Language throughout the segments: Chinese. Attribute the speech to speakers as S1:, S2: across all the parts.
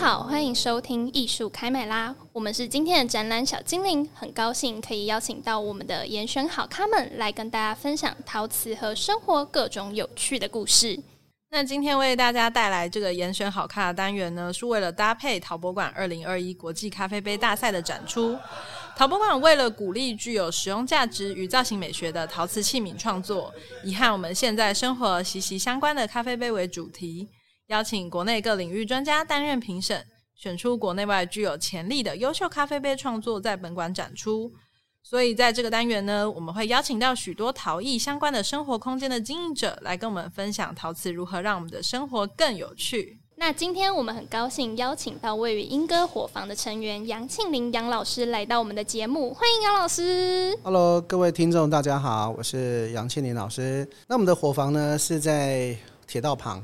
S1: 好，欢迎收听《艺术开麦啦》，我们是今天的展览小精灵，很高兴可以邀请到我们的严选好咖们来跟大家分享陶瓷和生活各种有趣的故事。
S2: 那今天为大家带来这个严选好看的单元呢，是为了搭配陶博馆二零二一国际咖啡杯大赛的展出。陶博馆为了鼓励具有使用价值与造型美学的陶瓷器皿创作，以和我们现在生活息息相关的咖啡杯为主题，邀请国内各领域专家担任评审，选出国内外具有潜力的优秀咖啡杯创作，在本馆展出。所以在这个单元呢，我们会邀请到许多陶艺相关的生活空间的经营者来跟我们分享陶瓷如何让我们的生活更有趣。
S1: 那今天我们很高兴邀请到位于莺歌伙房的成员杨庆林杨老师来到我们的节目，欢迎杨老师。
S3: Hello，各位听众，大家好，我是杨庆林老师。那我们的伙房呢是在铁道旁，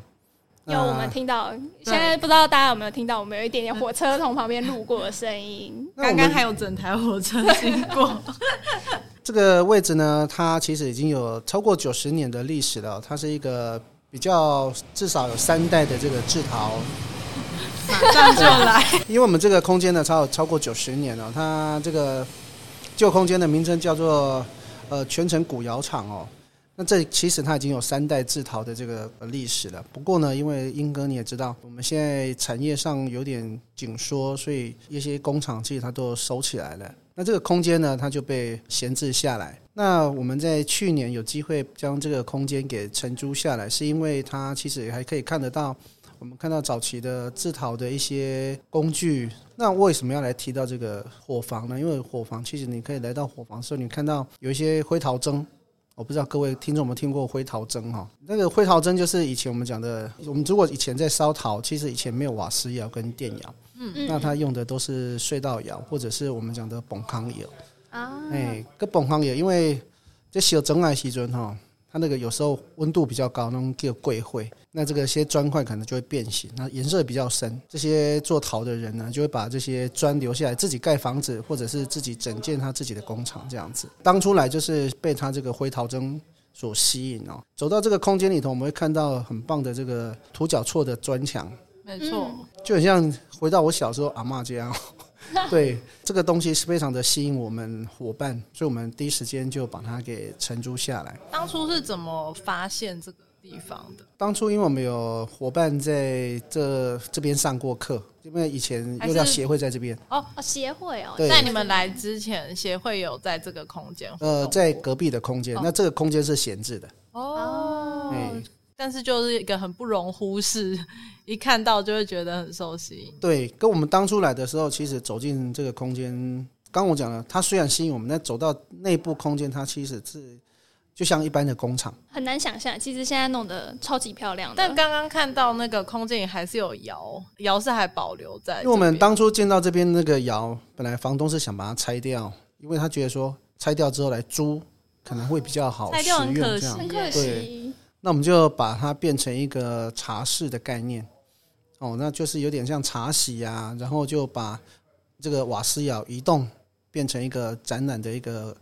S3: 啊
S1: 有我们听到，现在不知道大家有没有听到，我们有一点点火车从旁边路过的声音。
S3: 那我
S2: 刚
S3: 们
S2: 刚还有整台火车经过，
S3: 这个位置呢，它其实已经有超过九十年的历史了。它是一个比较至少有三代的这个制陶，
S2: 马上就来。
S3: 因为我们这个空间呢超超过九十年了。它这个旧空间的名称叫做呃全城古窑厂哦。那这其实它已经有三代制陶的这个呃历史了。不过呢，因为英哥你也知道，我们现在产业上有点紧缩，所以一些工厂其实它都收起来了。那这个空间呢，它就被闲置下来。那我们在去年有机会将这个空间给承租下来，是因为它其实还可以看得到，我们看到早期的制陶的一些工具。那为什么要来提到这个火房呢？因为火房其实你可以来到火房的时候，你看到有一些灰陶蒸，我不知道各位听众有没有听过灰陶蒸哈？那个灰陶蒸就是以前我们讲的，我们如果以前在烧陶，其实以前没有瓦斯窑跟电窑，
S1: 嗯
S3: 那它用的都是隧道窑或者是我们讲的崩康窑。
S1: 啊，
S3: 哎，个崩康窑，因为这烧蒸来的时阵哈，它那个有时候温度比较高，那种叫贵会，那这个些砖块可能就会变形，那颜色比较深。这些做陶的人呢，就会把这些砖留下来，自己盖房子，或者是自己整建他自己的工厂这样子。当初来就是被他这个灰陶蒸。所吸引哦，走到这个空间里头，我们会看到很棒的这个土角错的砖墙，
S2: 没错，
S3: 就很像回到我小时候阿嬷家哦。对，这个东西是非常的吸引我们伙伴，所以我们第一时间就把它给承租下来。
S2: 当初是怎么发现这个地方的？
S3: 当初因为我们有伙伴在这这边上过课，因为以前
S2: 还是
S3: 幼教协会在这边，
S1: 哦，协会哦，
S3: 对
S2: 在你们来之前，协会有在这个空间活动
S3: 呃，在隔壁的空间，那这个空间是闲置的，
S2: 哦，
S3: 哎
S2: 但是就是一个很不容忽视，一看到就会觉得很受吸引。
S3: 对，跟我们当初来的时候，其实走进这个空间，刚我讲了，它虽然吸引我们，但走到内部空间，它其实是就像一般的工厂。
S1: 很难想象，其实现在弄得超级漂亮的，
S2: 但刚刚看到那个空间里还是有窑，窑是还保留在这边。
S3: 因为我们当初建到这边那个窑，本来房东是想把它拆掉，因为他觉得说拆掉之后来租可能会比较好
S2: 拆
S3: 使
S2: 掉很
S3: 用
S2: 可
S3: 这样
S2: 惜。
S1: 很可惜。
S3: 那我们就把它变成一个茶室的概念，哦，那就是有点像茶席啊，然后就把这个瓦斯窑移动变成一个展览的一个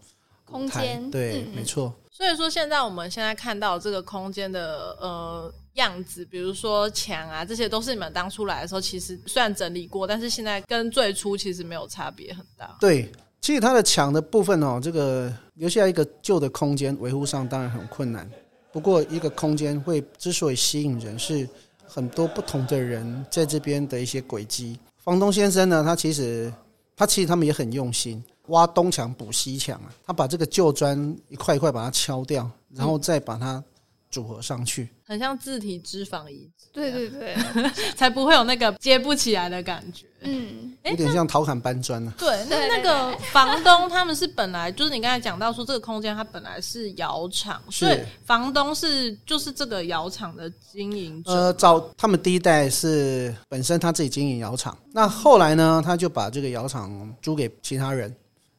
S1: 空
S3: 台
S1: 间
S3: 对，
S1: 嗯
S3: 没错。
S2: 所以说现在我们现在看到这个空间的呃样子，比如说墙啊，这些都是你们当初来的时候其实虽然整理过，但是现在跟最初其实没有差别很大。
S3: 对，其实它的墙的部分哦，这个留下一个旧的空间，维护上当然很困难。不过，一个空间会之所以吸引人，是很多不同的人在这边的一些轨迹。房东先生呢，他其实他其实他们也很用心，挖东墙补西墙啊，他把这个旧砖一块一块把它敲掉，然后再把它组合上去。
S2: 很像自体脂肪移植，
S1: 对对对，
S2: 才不会有那个接不起来的感觉。
S1: 嗯，
S2: 哎
S3: 有点像陶侃搬砖啊。
S2: 对，那
S1: 对对
S2: 那个房东他们是本来就是你刚才讲到说这个空间它本来是窑厂，
S3: 是
S2: 所以房东是就是这个窑厂的经营者。
S3: 呃，早他们第一代是本身他自己经营窑厂，那后来呢，他就把这个窑厂租给其他人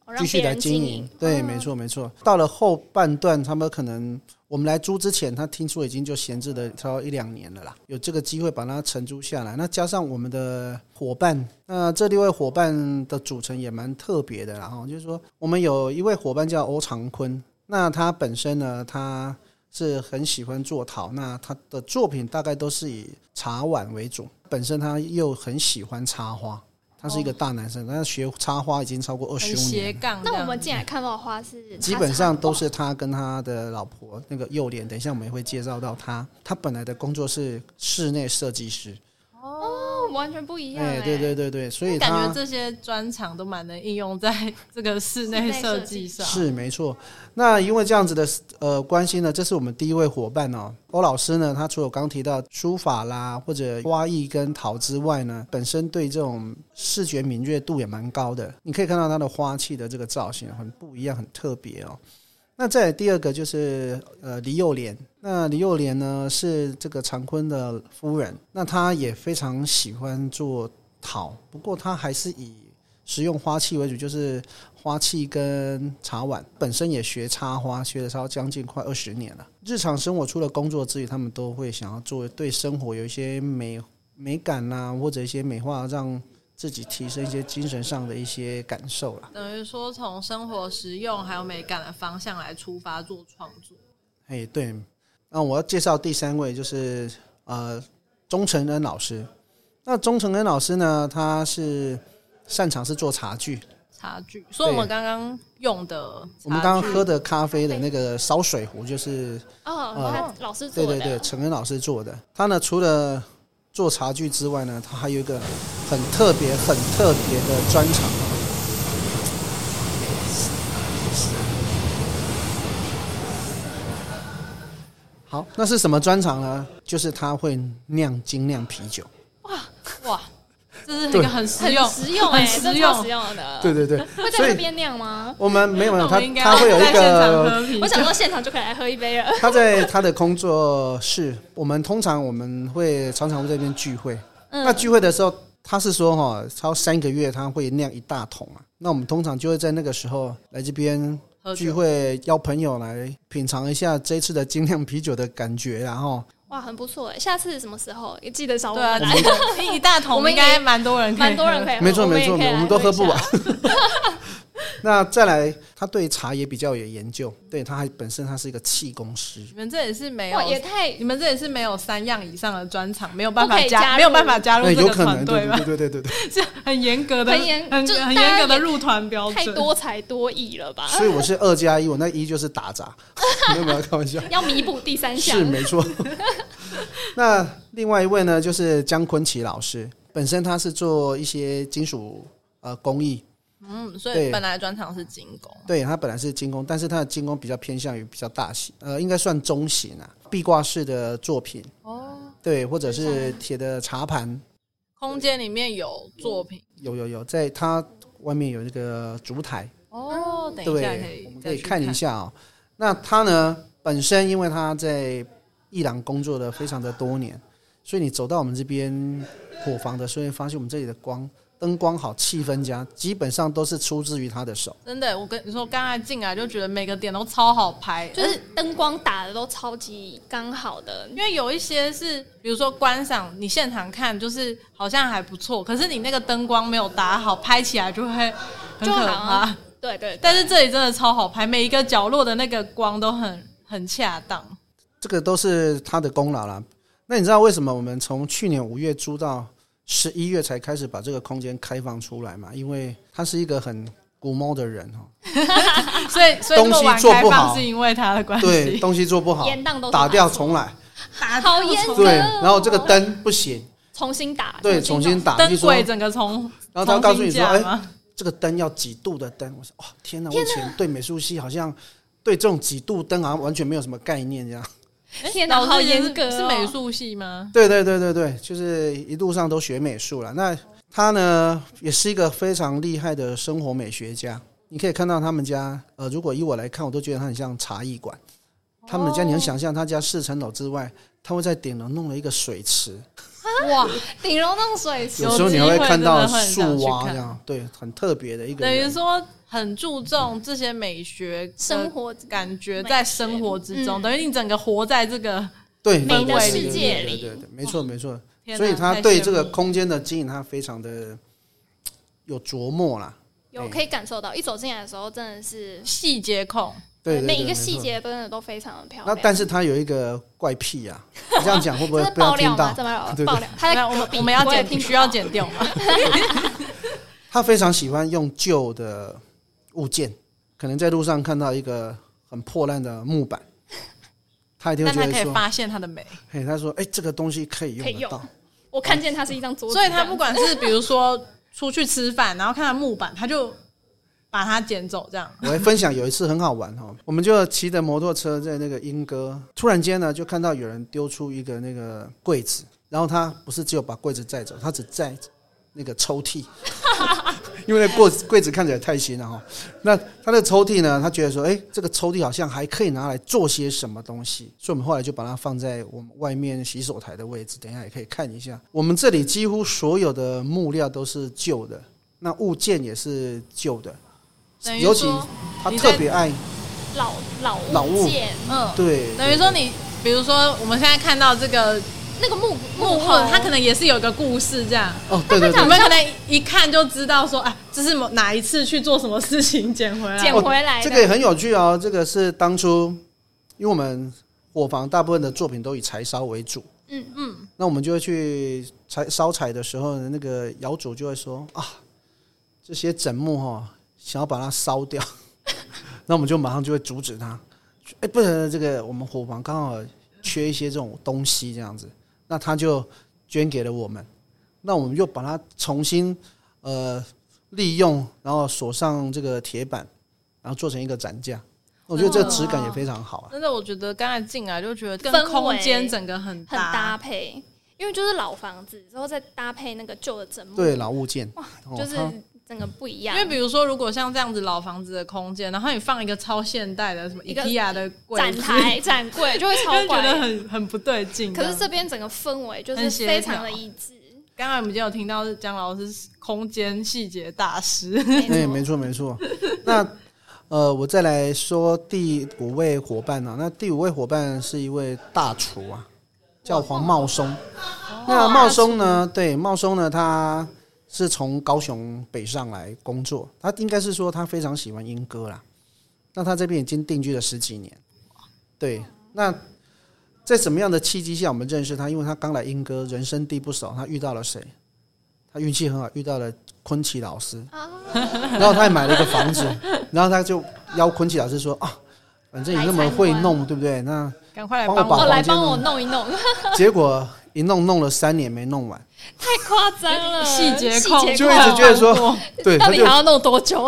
S1: 哦让
S3: 继续
S1: 别
S3: 来
S1: 人
S3: 经
S1: 经哦
S3: 营。对，没错没错。到了后半段，他们可能我们来租之前，他听说已经就闲置了超一两年了啦，有这个机会把它承租下来。那加上我们的伙伴，那这六位伙伴的组成也蛮特别哦的啦，然后就是说我们有一位伙伴叫欧长坤，那他本身呢，他是很喜欢做陶，那他的作品大概都是以茶碗为主，本身他又很喜欢插花，他是一个大男生，他学插花已经超过二
S2: 很
S3: 十五
S2: 斜
S3: 年了。
S2: 杠这样。
S1: 那我们进来看到的花是
S3: 基本上都是他跟他的老婆那个幼莲，等一下我们也会介绍到他。他本来的工作是室内设计师，
S1: 哦，完全不一样、
S3: 哎，对对对对，所以
S2: 感
S3: 他
S2: 觉这些专长都蛮能应用在 这个室内设计上。
S3: 是没错。那因为这样子的呃关系呢，这是我们第一位伙伴哦。欧老师呢，他除了刚提到书法啦或者花艺跟陶之外呢，本身对这种视觉敏锐度也蛮高的。你可以看到他的花器的这个造型很不一样，很特别哦。那再来第二个就是呃李幼莲，那李幼莲呢是这个常坤的夫人，那她也非常喜欢做陶，不过她还是以食用花器为主，就是花器跟茶碗，本身也学插花，学了超将近快二十年了。日常生活除了工作之余，他们都会想要做对生活有一些美美感呐、或者一些美化，让自己提升一些精神上的一些感受啦。
S2: 等于说，从生活实用还有美感的方向来出发做创作，
S3: 哎，对，那我要介绍第三位就是呃钟承恩老师。那钟承恩老师呢，他是擅长是做茶具，
S2: 茶具。所以我们刚刚用的茶具，
S3: 我们刚刚喝的咖啡的那个烧水壶就是
S1: 哦，
S3: 哦
S1: 他老师做
S3: 对
S1: 的，
S3: 对对，陈恩老师做的。他呢，除了做茶具之外呢，他还有一个很特别、很特别的专长。好，那是什么专长呢？就是他会酿精酿啤酒。
S2: 哇，这是一
S3: 对
S2: 个很实
S1: 很
S2: 用、
S1: 实用哎、
S2: 很
S1: 欸，这超
S2: 实用
S1: 实。用
S2: 呃
S1: 的。
S3: 对对对，
S1: 会在
S3: 所以
S1: 那边酿吗？
S3: 我们没有
S2: 那
S3: 没有
S2: 我
S3: 他
S2: 们应，该
S3: 他会有
S2: 要
S3: 一
S2: 在现场
S3: 个
S2: 喝啤酒
S1: 我想说现场就可以来喝一杯了。
S3: 他在他的工作室，我们通常我们会常常会在那边聚会。 那
S1: 嗯，
S3: 聚会的时候，他是说哈、超三个月他会酿一大桶啊。那我们通常就会在那个时候来这边
S2: 喝
S3: 聚
S2: 酒
S3: 会，邀朋友来品尝一下这一次的精酿啤酒的感觉啊啦，然后
S1: 哇，很不错哎、下次什么时候也记得找我
S2: 对啊
S1: 们来，，
S2: 一一大
S1: 我
S2: 桶
S1: 们
S2: 应该
S1: 也
S2: 蛮多人，
S1: 蛮多人可
S2: 以
S1: 以喝，
S3: 没错
S1: 哎们
S3: 没
S1: 也
S3: 错，
S1: 可以来
S3: 我们都喝不完
S1: 一下。
S3: 那再来，他对茶也比较有研究，对他还本身他是一个气功师
S2: 喝。。你们这也是 没有
S1: 哇，，也太
S2: 你们这也是没有三样以上的专长，没有办
S1: 不
S2: 法
S1: 可以加入
S2: 没有办法加入
S3: 哎
S2: 这
S3: 有
S2: 个
S3: 可
S2: 团
S3: 能，
S2: 队
S3: 对
S2: 吧？
S3: 对对对对对。
S2: 是很严格的、
S1: 很严
S2: 很
S1: 就是
S2: 很
S1: 大家
S2: 严格的
S1: 也
S2: 入团标
S1: 太
S2: 准。
S1: 多才多艺了吧？
S3: 所以我是二加一，我那一就是打杂， 没有没有开玩笑。
S1: 要弥补第三项
S3: 是没错。那另外一位呢，就是江坤奇老师，本身他是做一些金属呃工艺，
S2: 嗯，所以
S3: 对
S2: 本来专长是精工，
S3: 对他本来是精工，但是他的精工比较偏向于比较大型，呃，应该算中型啊，壁挂式的作品哦，对，或者是铁的茶盘，
S2: 空间里面有作品
S3: 有有有，在他外面有那个烛台，
S2: 哦。等一下可
S3: 对，
S2: 以
S3: 我们
S2: 再
S3: 可以
S2: 去
S3: 看一下啊、那他呢，本身因为他在伊朗工作了非常的多年，所以你走到我们这边伙房的，所以发现我们这里的光灯光好，气氛佳，基本上都是出自于他的手。
S2: 真的，我跟你说，刚才进来就觉得每个点都超好拍，
S1: 就是灯光打的都超级刚好的
S2: 因，为有一些是，比如说观赏，你现场看就是好像还不错，可是你那个灯光没有打好，拍起来就会很
S1: 就
S2: 可
S1: 好
S2: 怕
S1: 像。对对对，
S2: 但是这里真的超好拍，每一个角落的那个光都很 很恰当。
S3: 这个都是他的功劳啦。那你知道为什么我们从去年五月租到十一月才开始把这个空间开放出来嘛？因为他是一个很古猫的人 哦，
S2: 所以所以那么
S3: 东
S2: 晚
S3: 西做
S2: 开
S3: 不
S2: 放
S3: 好
S2: 是因为它的关
S3: 对，
S2: 系，
S3: 东西做不好，
S1: 延档都是
S3: 打
S1: 他
S3: 掉
S1: 错
S3: 重来，
S1: 好严格、哦。
S3: 对，然后这个灯不行，
S1: 重新打，
S3: 对，重新打，
S2: 灯
S3: 就说
S2: 轨整个从
S3: 然后他告诉你说，
S2: 重新架
S3: 哎，
S2: 吗
S3: 这个灯要几度的灯？我说，哇，哦天哪！我以前对美术系好像对这种几度灯好像完全没有什么概念，这样。
S1: 天哪，
S2: 老
S1: 好
S2: 师也
S1: 严格、哦
S2: 是美，术系吗？
S3: 对对对对对，就是一路上都学美术了。那他呢，也是一个非常厉害的生活美学家。你可以看到他们家，呃，如果以我来看，我都觉得他很像茶艺馆。他们的家，你
S2: 哦
S3: 能想象他家四层楼之外，他会在顶楼弄了一个水池，
S2: 哇，
S1: 顶楼弄水池，
S3: 有时候你还会看到
S2: 机会真的
S3: 树
S2: 很想去
S3: 蛙
S2: 看
S3: 这样，对，很特别的一个
S2: 等于
S3: 人。
S2: 说很注重这些美学
S1: 生
S2: 生
S1: 活
S2: 感觉在生活之中，
S1: 嗯
S2: 等于你整个活在这个
S3: 对
S1: 美的
S3: 对
S1: 世
S3: 对
S1: 界
S3: 对
S1: 里
S3: 对对对，没错没错。
S2: 天哪
S3: 所以他
S2: 太
S3: 对
S2: 羡
S3: 这个
S2: 慕
S3: 空间的经营，他非常的有琢磨啦。
S1: 有可以感受到，一走进来的时候真的是
S2: 细节控，
S3: 对对对
S1: 每一个
S3: 没
S1: 细
S3: 错
S1: 节真的都非常的漂
S3: 那
S1: 亮。
S3: 但是他有一个怪癖 呀、啊，你这样讲会不
S1: 这
S3: 会
S1: 是
S3: 不要
S1: 爆
S3: 听
S1: 料
S3: 到
S1: 吗？？这么
S3: 对对
S1: 爆料，他
S2: 没
S1: 在
S2: 有我
S1: 隔
S2: 们
S1: 壁
S2: 我们要
S1: 我也
S2: 剪，
S1: 听不
S2: 需
S1: 到
S2: 要剪掉 吗？
S3: 他非常喜欢用旧的物件，可能在路上看到一个很破烂的木板，他一定会
S2: 但
S3: 觉
S2: 他
S3: 得
S2: 可以
S3: 说，
S2: 发现它的美，
S3: 嘿，他说，哎、这个东西可以
S1: 可
S3: 用
S1: 以
S3: 得
S1: 用
S3: 到，
S1: 我看见它是一张桌子这
S2: 所以
S1: 样，
S2: 他不管是比如说出去吃饭，然后看到木板，他就把它捡走，这样。
S3: 我还分享有一次很好玩哦，我们就骑着摩托车在那个莺歌，突然间呢就看到有人丢出一个那个柜子，然后他不是只有把柜子载走，他只载那个抽屉， 因为那柜子柜子看起来太新了哈、哦。那他的抽屉呢，他觉得说，哎，这个抽屉好像还可以拿来做些什么东西，所以我们后来就把它放在我们外面洗手台的位置，等一下也可以看一下。我们这里几乎所有的木料都是旧的，那物件也是旧的
S2: 等，于
S3: 尤其
S2: 说
S3: 他
S2: 你
S3: 特
S2: 在
S3: 别爱
S1: 老
S3: 老
S1: 老
S3: 物
S1: 物件，
S2: 嗯，
S3: 对，
S2: 等于说你，比如说我们现在看到这个
S1: 那个木木
S2: 木棍，
S1: 头，
S2: 它可能也是有个故事这样。
S3: 哦，对对
S1: 他
S2: 我
S3: 对
S1: 想，
S2: 们可能一看就知道说，哎，这是某哪一次去做什么事情捡回来。
S1: 捡
S3: 哦
S1: 回来
S3: 这
S1: 的
S3: 个也很有趣哦。这个是当初，因为我们伙房大部分的作品都以柴烧为主，
S1: 嗯
S3: 嗯，那我们就会去柴烧柴的时候呢，那个窑主就会说啊，这些枕木哈、哦，想要把它烧掉， 那我们就马上就会阻止他。哎，不能，这个我们伙房刚好缺一些这种东西，这样子，那他就捐给了我们，那我们又把它重新呃利用，然后锁上这个铁板，然后做成一个展架。我觉得这个质感也非常好啊。
S2: 真的，我觉得刚才进来就觉得
S1: 氛
S2: 跟
S1: 围
S2: 空间整个很
S1: 很
S2: 搭，
S1: 搭配，因为就是老房子，之后再搭配那个旧的枕木，
S3: 对，老物件，哦
S1: 就是
S3: 它
S1: 整个不一
S2: 因
S1: 样。
S2: 为比如说，如果像这样子老房子的空间，然后你放一个超现代的什么
S1: 一个
S2: IKEA 的柜
S1: 展
S2: 子，
S1: 台、展柜就会
S2: 就
S1: 超
S2: 会觉得
S1: 怪，
S2: 很很不对劲。
S1: 可是
S2: 这
S1: 这边整个氛围就
S2: 很
S1: 是
S2: 协
S1: 非常
S2: 调
S1: 的一致，
S2: 刚才我们已经有听到是姜老师是空间细节大 师，
S3: 哎，没错没错。那呃，我再来说第五位伙伴呢、啊。那第五位伙伴是一位大厨啊，叫黄茂松。那茂松呢？对，茂松呢，他是从高雄北上来工作。他应该是说他非常喜欢英歌啦。那他这边已经定居了十几年。对，那在什么样的契机下我们认识他？因为他刚来英歌，人生地不熟，他遇到了谁？他运气很好，遇到了昆奇老师。
S1: 啊
S3: 然后他还买了一个房子，然后他就邀昆奇老师说啊，反正你那么会弄，对不对？那
S2: 赶快来
S3: 帮
S2: 帮
S3: 我把
S1: 哦，
S2: 我
S1: 来
S3: 房间
S1: 帮我
S3: 弄
S1: 弄一弄，
S3: 结果一弄弄了三年没弄完，
S1: 太夸张了，
S2: 细节
S1: 细
S2: 控，
S1: 节
S3: 就
S1: 控
S3: 一直觉得说
S2: 控
S3: 对，
S1: 到
S3: 他
S1: 底
S3: 就
S1: 还要弄多久？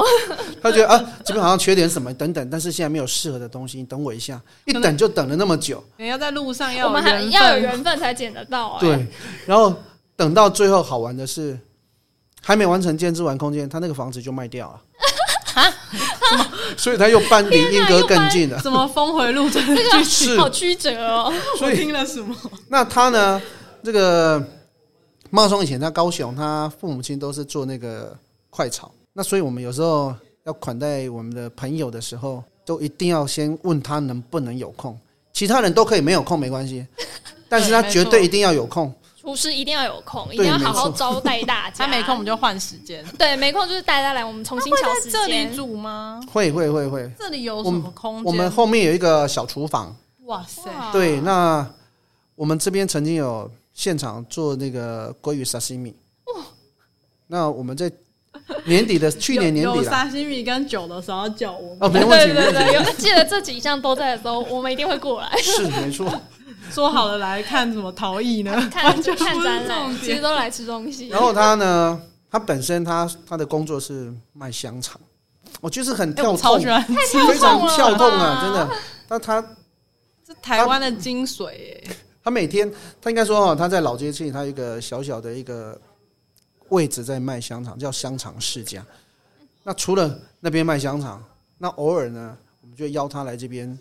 S3: 他觉得啊，这边好像缺点什么等等，但是现在没有适合的东西，你等我一下，一等就等了那么久，
S2: 你要在路上要
S1: 我
S2: 有
S1: 们还
S2: 缘分
S1: 要有缘分才捡得到、哎，
S3: 对，然后等到最后好玩的是，还没完成建制完空间，他那个房子就卖掉了，所以他又搬离英格更 近了，
S2: 什么峰回路转，这个
S3: 是
S1: 好曲折哦，
S3: 所以
S2: 听了什么？
S3: 那他呢？这个茂松以前在高雄，他父母亲都是做那个快炒，那所以我们有时候要款待我们的朋友的时候，都一定要先问他能不能有空，其他人都可以没有空没关 系，但是他
S2: 对没
S3: 绝
S2: 错
S3: 对一定要有空。
S1: 厨师一定要有空，
S3: 对
S1: 一定要好好
S3: 没错
S1: 招待大家。
S2: 他没空我们就换时间。
S1: 对，没空就是带大家来，我们重新调时
S2: 这里
S1: 间。
S2: 住吗？
S3: 会会会会，
S2: 这里有
S3: 我
S2: 什
S3: 们
S2: 么空间？啊
S3: 我们后面有一个小厨房，
S2: 哇塞，
S1: 哇
S3: 对，那我们这边曾经有现场做那个鲑鱼沙西米，
S2: 哦
S3: 那我们在年底的去年年
S2: 有
S3: 底
S2: 有
S3: 了。
S2: 沙西米跟酒的时候叫我们
S3: 哦，没问
S1: 对
S3: 题，没问
S1: 对
S3: 题。
S1: 对，有记得这几项都在的时候，我们一定会过来
S3: 是没 错。
S2: 说好了来看什么陶艺呢？
S1: 看
S2: 完全不是
S1: 看展览，
S2: 重
S1: 其实
S2: 点
S1: 都来吃东西。
S3: 然后他呢，他本身他他的工作是卖香肠，我就是很
S2: 哎我
S3: 跳
S2: 超
S3: 痛，
S2: 喜 欢吃，
S3: 非常跳痛
S1: 了
S3: 啊，
S1: 吧
S3: 真的。那他
S2: 这台湾的精髓耶。
S3: 他每天，他应该说哦，他在老街区，他有一个小小的一个位置在卖香肠，叫香肠世家。那除了那边卖香肠，那偶尔呢，我们就邀他来这边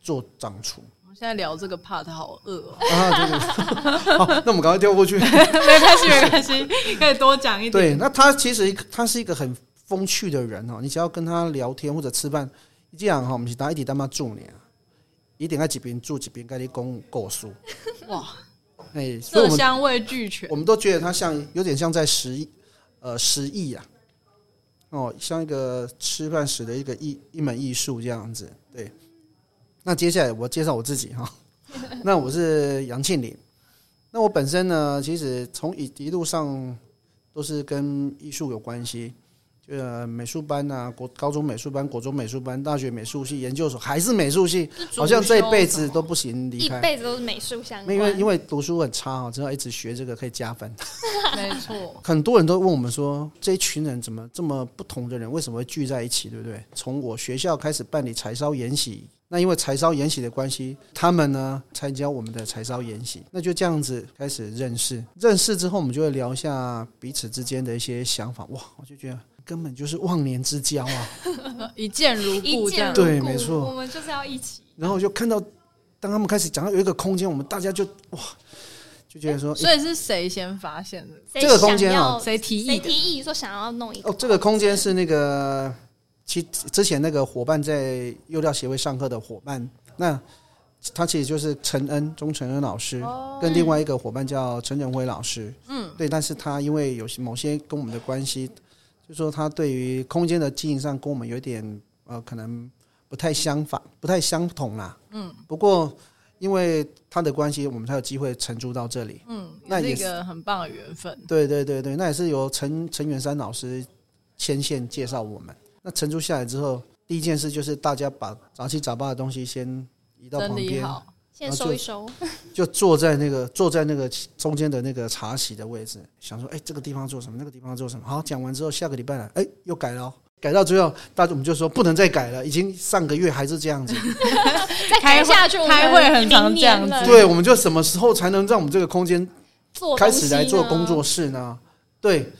S3: 做掌厨
S2: 我们现在聊这个 part 好饿哦，
S3: 啊。对对对， 好，那我们赶快跳过 去。
S2: 没关系没关系，可以多讲一点。
S3: 对，那他其实他是一个很风趣的人哦，你只要跟他聊天或者吃饭，这样哈，我们是他一起他妈住你啊，一定在一边住一边跟你讲故事。
S2: 哇，
S3: 哎、所以
S2: 色
S3: 我们
S2: 香味俱全
S3: 我，们都觉得他像有点像在十亿呃十亿啊，哦，像一个吃饭史的一个艺一门艺术这样子。对，那接下来我介绍我自己哈、 那我是杨庆林，那我本身呢，其实从一一路上都是跟艺术有关系，呃，美术班啊，国高中美术班、国中美术班、大学美术系、研究所还是美术系，好像这一辈子都不行离
S1: 一
S3: 开。
S1: 辈子都是美术相关，
S3: 因为因为读书很差哦，只要一直学这个可以加分。
S2: 没错，
S3: 很多人都问我们说，这一群人怎么这么不同的人，为什么会聚在一起，对不对？从我学校开始办理柴烧研习，那因为柴烧研习的关系，他们呢参加我们的柴烧研习，那就这样子开始认识。认识之后，我们就会聊一下彼此之间的一些想法。哇，我就觉得根本就是忘年之交啊！
S2: 一见如
S1: 一
S2: 故这
S1: 见
S2: 样
S1: 如故，。
S3: 对没错
S1: 我们就是要一起。
S3: 然后我就看到，当他们开始讲到有一个空间，我们大家就哇，就觉得说，
S2: 所以是谁先发现的？
S1: 谁
S3: 这个空间啊
S1: 想要
S2: 谁提
S1: 谁
S2: 议的
S1: 提？议说想要弄一个？
S3: 哦，这个空间是那个，其之前那个伙伴在幼料协会上课的伙伴，那他其实就是陈恩钟陈恩老师，跟另外一个伙伴叫陈仁辉老师。哦嗯，对，但是他因为有些某些跟我们的关系，就说他对于空间的经营上跟我们有一点呃，可能不太相反，不太相同啦。嗯，不过因为他的关系，我们才有机会承租到这里。
S2: 嗯，
S3: 那
S2: 是
S3: 也
S2: 一
S3: 是
S2: 个很棒的缘分。
S3: 对对对对，那也是由陈陈元山老师牵线介绍我们。那承租下来之后，第一件事就是大家把杂七杂八的东西先移到旁
S2: 整理
S3: 边，
S2: 好，
S1: 先收一收，
S3: 就坐在那个坐在那个中间的那个茶席的位置，想说，哎，这个地方做什么，那个地方做什么。好，讲完之后，下个礼拜来，哎，又改了哦、改到最后，大家我们就说不能再改了，已经上个月还是这 样子。
S1: 再改下去，我们
S2: 开会很常
S1: 明年了
S2: 这样子
S3: 对，我们就什么时候才能让我们这个空间
S1: 做
S3: 开
S1: 东西
S3: 始来做
S1: 呢
S3: 工作室呢？对，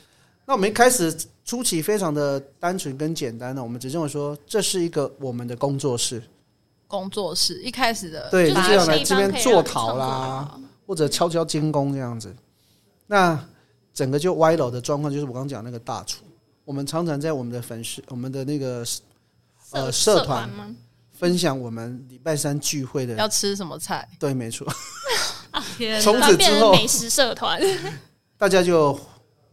S3: 那我们一开始初期非常的单纯跟简单呢，我们只认为说这是一个我们的工作室，
S2: 工作室一开始的
S3: 对，
S1: 就是
S3: 这样来
S1: 地
S3: 这
S1: 方
S3: 边
S1: 可以
S3: 做
S1: 让
S3: 陶
S1: 创
S3: 啦
S1: 作，
S3: 或者敲敲精工这样子。那整个就歪楼的状况就是我刚刚讲那个大厨，我们常常在我们的粉丝、我们的那个呃
S1: 社
S3: 社团
S1: 吗？
S3: 分享我们礼拜三聚会的，
S2: 要吃什么菜？
S3: 对，没错，
S2: 啊天
S3: 从
S1: 突
S3: 此
S1: 然
S3: 之
S1: 变成
S3: 后
S1: 美食社团，
S3: 大家就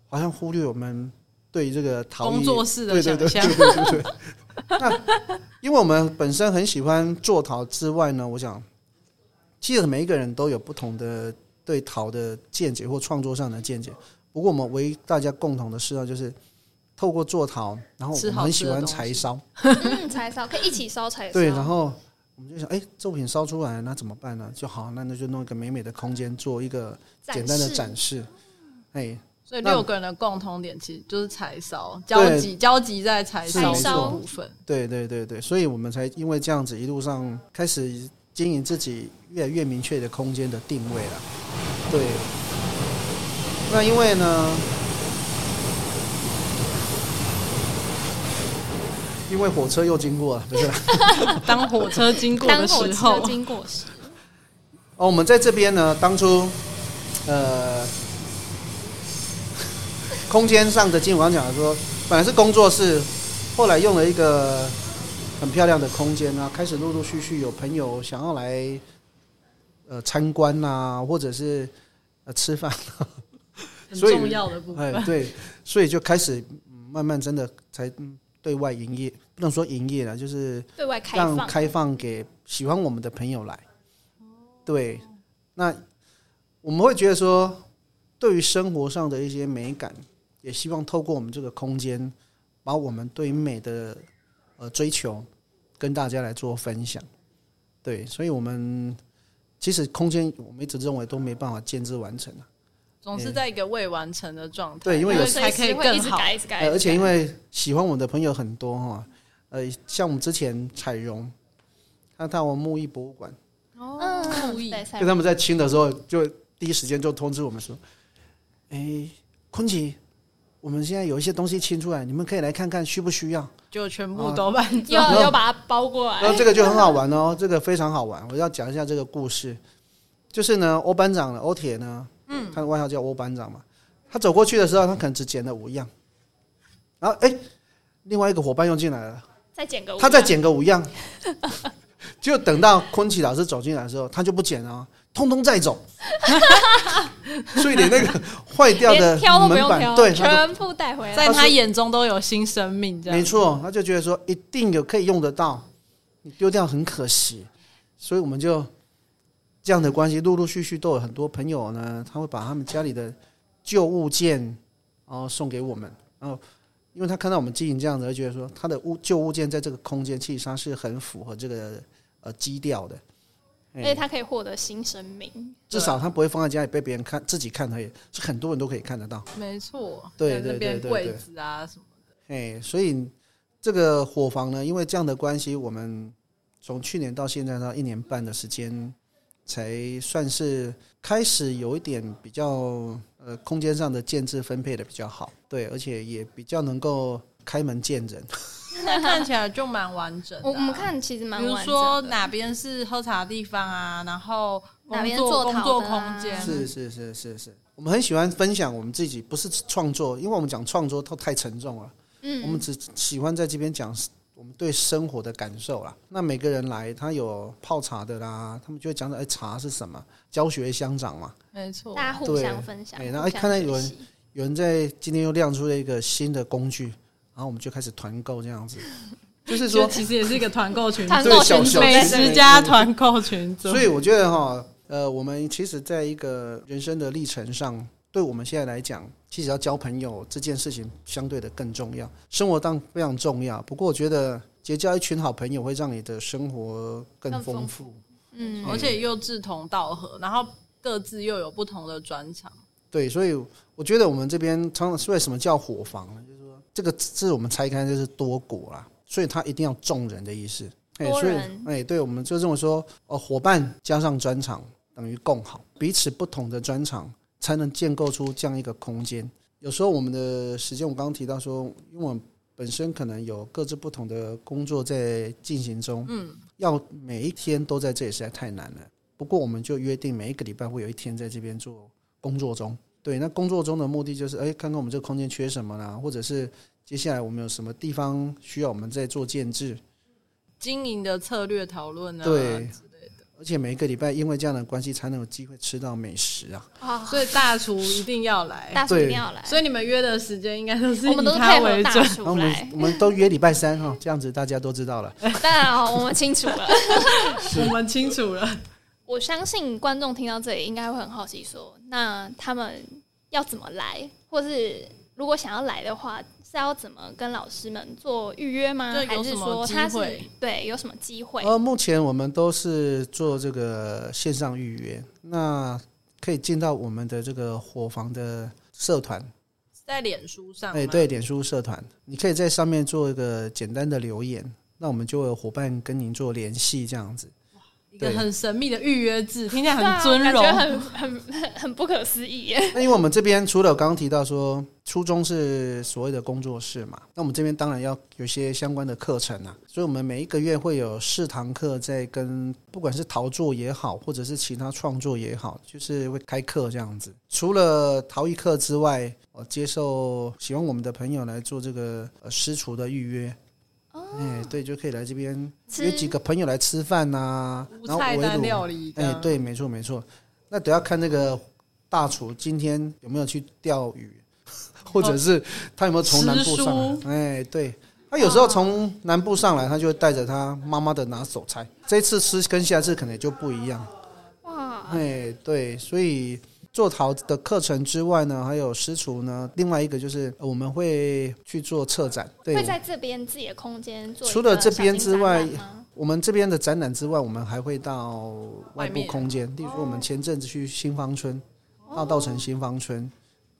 S3: 好像忽略我们对这个陶艺
S2: 工作室的
S3: 对对
S2: 想
S3: 对
S2: 象，
S3: 对对对对。那因为我们本身很喜欢做陶之外呢，我想，其实每一个人都有不同的对陶的见解或创作上的见解。不过我们唯一大家共同的嗜好就是透过做陶，然后我
S2: 吃
S3: 们
S2: 好
S3: 很
S2: 吃
S3: 喜
S2: 的
S3: 欢
S2: 东西
S3: 柴烧，
S1: 嗯，柴烧可以一起烧柴烧。
S3: 对，然后我们就想，哎，作品烧出来那怎么办呢？就好，那那就弄一个美美的空间做一个简单的展
S1: 示，
S3: 示，哎，
S2: 所以
S3: 那
S2: 六个人的共同点其实就是柴烧交集，交集在柴烧
S1: 是
S2: 这
S1: 没
S2: 个
S1: 错
S2: 部分。
S3: 对对对对，所以我们才因为这样子一路上开始经营自己越来越明确的空间的定位了。对，那因为呢，因为火车又经过了，不是 啦？
S2: 当火车经过
S1: 当
S2: 的
S1: 火
S2: 时
S1: 车
S2: 候，
S1: 经过时，
S3: 哦，我们在这边呢，当初呃， 空间上的进，我刚讲的说，本来是工作室，后来用了一个很漂亮的空间啊，开始陆陆续续有朋友想要来呃参观呐、或者是呃吃饭、
S2: 很
S3: 所以
S2: 重要的部
S3: 哎
S2: 分，，
S3: 对，所以就开始嗯慢慢真的才嗯对外营业，不能说营业了，就是
S1: 对外开
S3: 让
S1: 放，
S3: 开放给喜欢我们的朋友来。对，那我们会觉得说，对于生活上的一些美感，也希望透过我们这个空间，把我们对于美的呃追求跟大家来做分享。对，所以我们其实空间我们一直认为都没办法建制完成的、啊
S2: 总是在一个未完成的状态，
S3: 对因为有
S2: 那才可以
S1: 会一
S2: 更
S1: 直
S2: 好。
S1: 改，一直改，
S3: 呃而且因为喜欢我们的朋友很多哈，呃，像我们之前彩荣，他到我们木艺博物馆。
S1: 嗯，
S2: 哦故意
S1: 对，才
S3: 跟他们在清的时候，就第一时间就通知我们说：“哎，坤奇，我们现在有一些东西清出来，你们可以来看看需不需要。
S2: 就全部都搬走。
S1: 又又把它包过”
S3: 然
S1: 来，
S3: 后这个就很好玩哦，这个非常好玩。我要讲一下这个故事，就是呢，欧班长呢，欧铁呢，嗯，他的外号叫欧班长嘛。他走过去的时候，他可能只捡了五样，然后哎，另外一个伙伴又进来了，
S1: 再剪个，
S3: 他再，剪个五样，就等到坤奇老师走进来的时候，他就不剪了哦，通通载 走，所以连那个坏掉的
S1: 连挑都不
S3: 门
S1: 用挑，
S3: 板，对，他
S1: 全部带回来。
S2: 在他眼中都有新生命，这
S3: 都
S2: 样
S3: 没错，他就觉得说一定有可以用得到，你丢掉很可惜，所以我们就这样的关系，陆陆续续都有很多朋友呢，他会把他们家里的旧物件然后送给我们，然后因为他看到我们经营这样子，他觉得说他的物旧物件在这个空间，其实它是很符合这个呃基调的。
S1: 而
S3: 哎
S1: 且他可以获得新生命，
S3: 至少他不会放在家里被别人看，自己看而已，是很多人都可以看得到。
S2: 没错，在
S3: 对
S2: 那
S3: 对
S2: 边
S3: 对对
S2: 柜
S3: 对
S2: 子啊什么，
S3: 哎，所以这个伙房呢，因为这样的关系，我们从去年到现在呢，一年半的时间，才算是开始有一点比较呃空间上的建制分配的比较好，对，而且也比较能够开门见人。
S2: 那看起来就蛮完整的啊、
S1: 我我们看其实蛮
S2: 比如
S1: 完整
S2: 说
S1: 的
S2: 哪边是喝茶的地方啊，然后
S1: 哪
S2: 工
S1: 边
S2: 作
S1: 做陶
S2: 工
S1: 的
S2: 作
S1: 啊
S2: 空间
S3: 是是是是是，我们很喜欢分享我们自己，不是创作，因为我们讲创作都太沉重了。我们
S1: 嗯，
S3: 只喜欢在这边讲我们对生活的感受啦。那每个人来，他有泡茶的啦，他们就会讲讲，哎，茶是什么？教学相长嘛。
S2: 没错
S1: 大，家互相分享。
S3: 对哎
S1: 互
S3: 然
S1: 相
S3: 后看到有人
S1: 学习
S3: 有人在今天又亮出了一个新的工具，然后我们就开始团购这样子，就是
S2: 就
S3: 说，
S2: 其实也是一个 团购群组，
S1: 团
S3: 对
S1: 购
S3: 小
S1: 群
S3: 小
S1: 组
S2: 美
S3: 对
S2: 食家团购群组，
S3: 所以我觉得哈，呃，我们其实在一个人生的历程上。对我们现在来讲，其实要交朋友这件事情相对的更重要，生活当非常重要。不过我觉得结交一群好朋友会让你的生活更
S1: 更丰
S3: 丰
S1: 富
S3: 富
S1: 嗯，
S2: 而且又志同道合，然后各自又有不同的专长。
S3: 对，所以我觉得我们这边常常为什么叫伙房呢？就是说这个字我们拆开就是多国啦，所以它一定要众人的意思。哎，
S1: 多
S3: 所以
S1: 人
S3: 哎，对，我们就这么说，哦，伙伴加上专长等于共好，彼此不同的专长才能建构出这样一个空间。有时候我们的时间，我刚刚提到说，因为我们本身可能有各自不同的工作在进行中，嗯，要每一天都在这里实在太难了。不过我们就约定每一个礼拜会有一天在这边做工作中。对，那工作中的目的就是，哎，看看我们这个空间缺什么啦，或者是接下来我们有什么地方需要我们再做建制。
S2: 经营的策略讨论啊，
S3: 对，而且每一个礼拜因为这样的关系，才能有机会吃到美食啊。
S1: 啊，
S2: 所以大厨一定要来。
S1: 大叔一定要来，
S2: 所以你们约的时间应该都是
S1: 我们都
S2: 以
S1: 是
S2: 他
S1: 配合
S2: 为
S1: 大
S2: 准。
S3: 然后我
S1: 叔
S3: 们
S1: 来。
S3: 我们都约礼拜三哈、这样子大家都知道了。
S1: 当然哦，我们清楚了。
S2: 我们清楚了，
S1: 我相信观众听到这里应该会很好奇说那他们要怎么来，或是如果想要来的话，是要怎么跟老师们做预约吗？
S2: 就有
S1: 还
S2: 什
S1: 是
S2: 么
S1: 说
S2: 机
S1: 他是
S2: 会
S1: 对有什么机会？
S2: 哦
S3: 呃，目前我们都是做这个线上预约，那可以进到我们的这个伙房的社团，
S2: 在脸书上。
S3: 哎，对，，脸书社团，你可以在上面做一个简单的留言，那我们就会有伙伴跟您做联系，这样子。
S2: 一个很神秘的预约制，听起来
S1: 对啊
S2: 很尊荣。
S1: 感觉很 很很很不可思议耶。
S3: 那因为我们这边除了我刚刚提到说初中是所谓的工作室嘛，那我们这边当然要有一些相关的课程啊，所以我们每一个月会有四堂课在跟不管是陶作也好，或者是其他创作也好，就是会开课这样子。除了陶艺课之外，我接受喜欢我们的朋友来做这个呃师厨的预约。
S2: 哦
S3: 哎，对，就可以来这边
S1: 吃
S3: 约几个朋友来吃饭呐、
S2: 无
S3: 然后
S2: 菜
S3: 围
S2: 单
S3: 炉
S2: 料理的，
S3: 哎，对，没错没错。那得要看那个大厨今天有没有去钓鱼， 或
S1: 哦
S3: 者是他有没有从南部上
S2: 吃
S3: 来。哎，对，他有时
S1: 哦
S3: 候从南部上来，他就会带着他妈妈的拿手菜。这次吃跟下次可能就不一样。
S1: 哇，
S3: 哎，对，所以做陶的课程之外呢，还有师厨呢，另外一个就是呃我们会去做策展。对
S1: 会，在这边自己的空间做一个
S3: 除了这边之外
S1: 小型展览吗
S3: 我们这边的展览之外，我们还会到外
S2: 外
S3: 部
S2: 面哦
S3: 空间，例如说我们前阵子去新芳村，大稻城新芳村，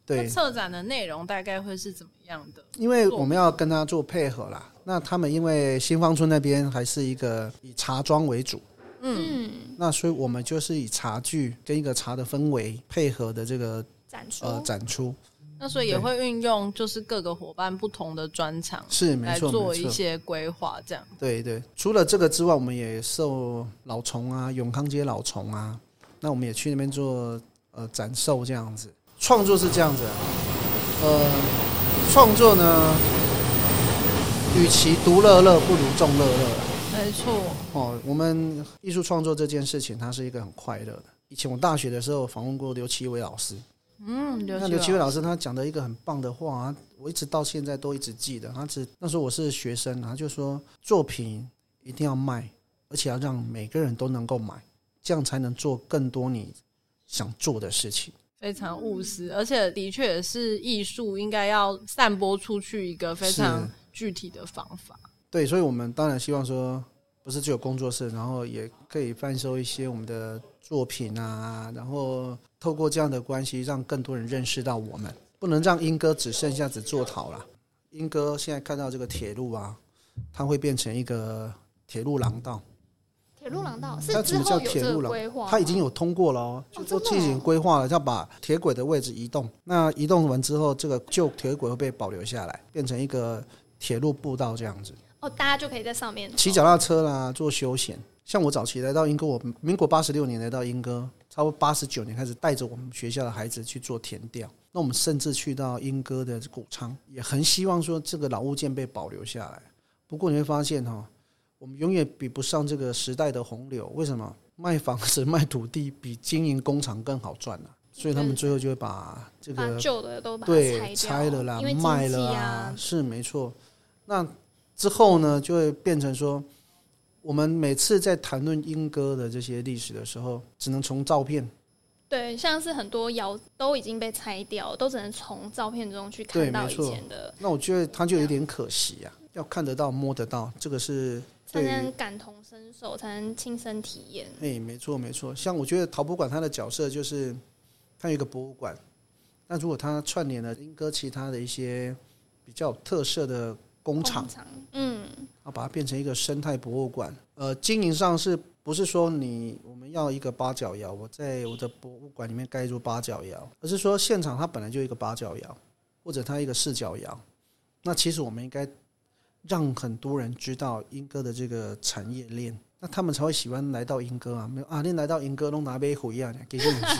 S2: 那
S3: 对，
S2: 策展的内容大概会是怎么样的？
S3: 因为我们要跟他做配合啦。那他们因为新芳村那边还是一个以茶庄为主，
S1: 嗯，
S3: 那所以我们就是以茶具跟一个茶的氛围配合的这个
S1: 展出
S2: 哦
S3: 呃展出，
S2: 那所以也会运用就是各个伙伴不同的专长
S3: 是没
S2: 来
S3: 错
S2: 做
S3: 没
S2: 一
S3: 错，
S2: 些规划，这样
S3: 对对。除了这个之外，我们也受老虫啊、永康街老虫啊，那我们也去那边做呃展售这样子。创作是这样子啊、呃，创作呢，与其独乐乐，不如众乐乐啊。
S2: 没错。
S3: 哦，我们艺术创作这件事情，它是一个很快乐的，以前我大学的时候访问过刘奇伟老师，
S2: 嗯，
S3: 那刘奇伟老师他讲的一个很棒的话、啊，我一直到现在都一直记得。他只那时候我是学生，他就说作品一定要卖，而且要让每个人都能够买，这样才能做更多你想做的事情。
S2: 非常务实，而且的确也是艺术应该要散播出去一个非常
S3: 是
S2: 具体的方法。
S3: 对，所以我们当然希望说，不是只有工作室，然后也可以贩售一些我们的作品啊，然后透过这样的关系，让更多人认识到我们，不能让英歌只剩下只做陶啦。英歌现在看到这个铁路啊，它会变成一个铁路廊道，
S1: 铁路廊道
S3: 它
S1: 是
S3: 只
S1: 之
S3: 能
S1: 后
S3: 叫
S1: 有
S3: 铁
S1: 这
S3: 路
S1: 个
S3: 廊
S1: 规划吗，
S3: 它已经有通过了哦，就说
S1: 真的
S3: 进
S1: 哦
S3: 行规划了，要把铁轨的位置移动。那移动完之后，这个旧铁轨会被保留下来，变成一个铁路步道这样子。
S1: 哦，大家就可以在上面
S3: 骑
S1: 走
S3: 脚踏车啦，做休闲。像我早期来到英哥，我民国八十六年来到英哥，差不多八十九年开始带着我们学校的孩子去做田调。那我们甚至去到英哥的谷仓，也很希望说这个老物件被保留下来。不过你会发现哈、我们永远比不上这个时代的洪流。为什么？卖房子、卖土地比经营工厂更好赚啊！所以他们最后就会把这
S1: 把
S3: 个
S1: 旧的都把它拆
S3: 对，
S1: 掉
S3: 拆了啦
S1: 因为，经
S3: 卖
S1: 济
S3: 了
S1: 啊
S3: 啊，，是没错。那之后呢，就会变成说，我们每次在谈论英歌的这些历史的时候，只能从照片
S1: 对，像是很多窑都已经被拆掉，都只能从照片中去看
S3: 对
S1: 到
S3: 没
S1: 以
S3: 错
S1: 前的，
S3: 那我觉得它就有点可惜啊，要看得到、摸得到，这个是
S1: 才
S3: 对于
S1: 能感同身受，才能亲身体验。
S3: 哎，没错没错。像我觉得陶博馆它的角色就是，它有一个博物馆，那如果它串联了英歌其他的一些比较有特色的工厂，
S1: 嗯，
S3: 啊，把它变成一个生态博物馆。呃，经营上是不是说你我们要一个八角窑，我在我的博物馆里面盖一座八角窑，而是说现场它本来就有一个八角窑，或者它一个四角窑。那其实我们应该让很多人知道英歌的这个产业链，那他们才会喜欢来到英歌啊。没有啊，你来到英歌弄拿杯回啊，其实不是，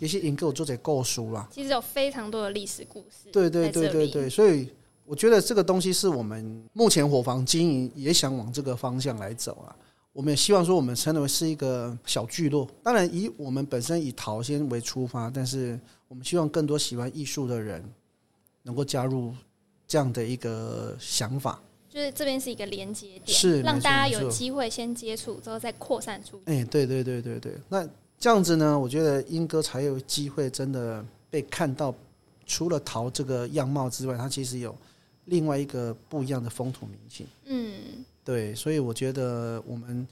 S3: 其实英歌我做者够熟啦。
S1: 其实有非常多的历史故事。
S3: 对对
S1: 在这
S3: 对对
S1: 里
S3: 对，所以我觉得这个东西是我们目前伙房经营也想往这个方向来走啊。我们也希望说，我们成为是一个小聚落。当然，以我们本身以陶先为出发，但是我们希望更多喜欢艺术的人能够加入这样的一个想法。
S1: 就是这边是一个连接点，
S3: 是没
S1: 让
S3: 错
S1: 大家
S3: 没
S1: 有
S3: 错
S1: 机会先接触，之后再扩散出去。
S3: 哎、对对对对对，那这样子呢，我觉得英哥才有机会真的被看到。除了陶这个样貌之外，它其实有另外一个不一样的风土民情。
S1: 嗯，
S3: 对，所以我觉得我们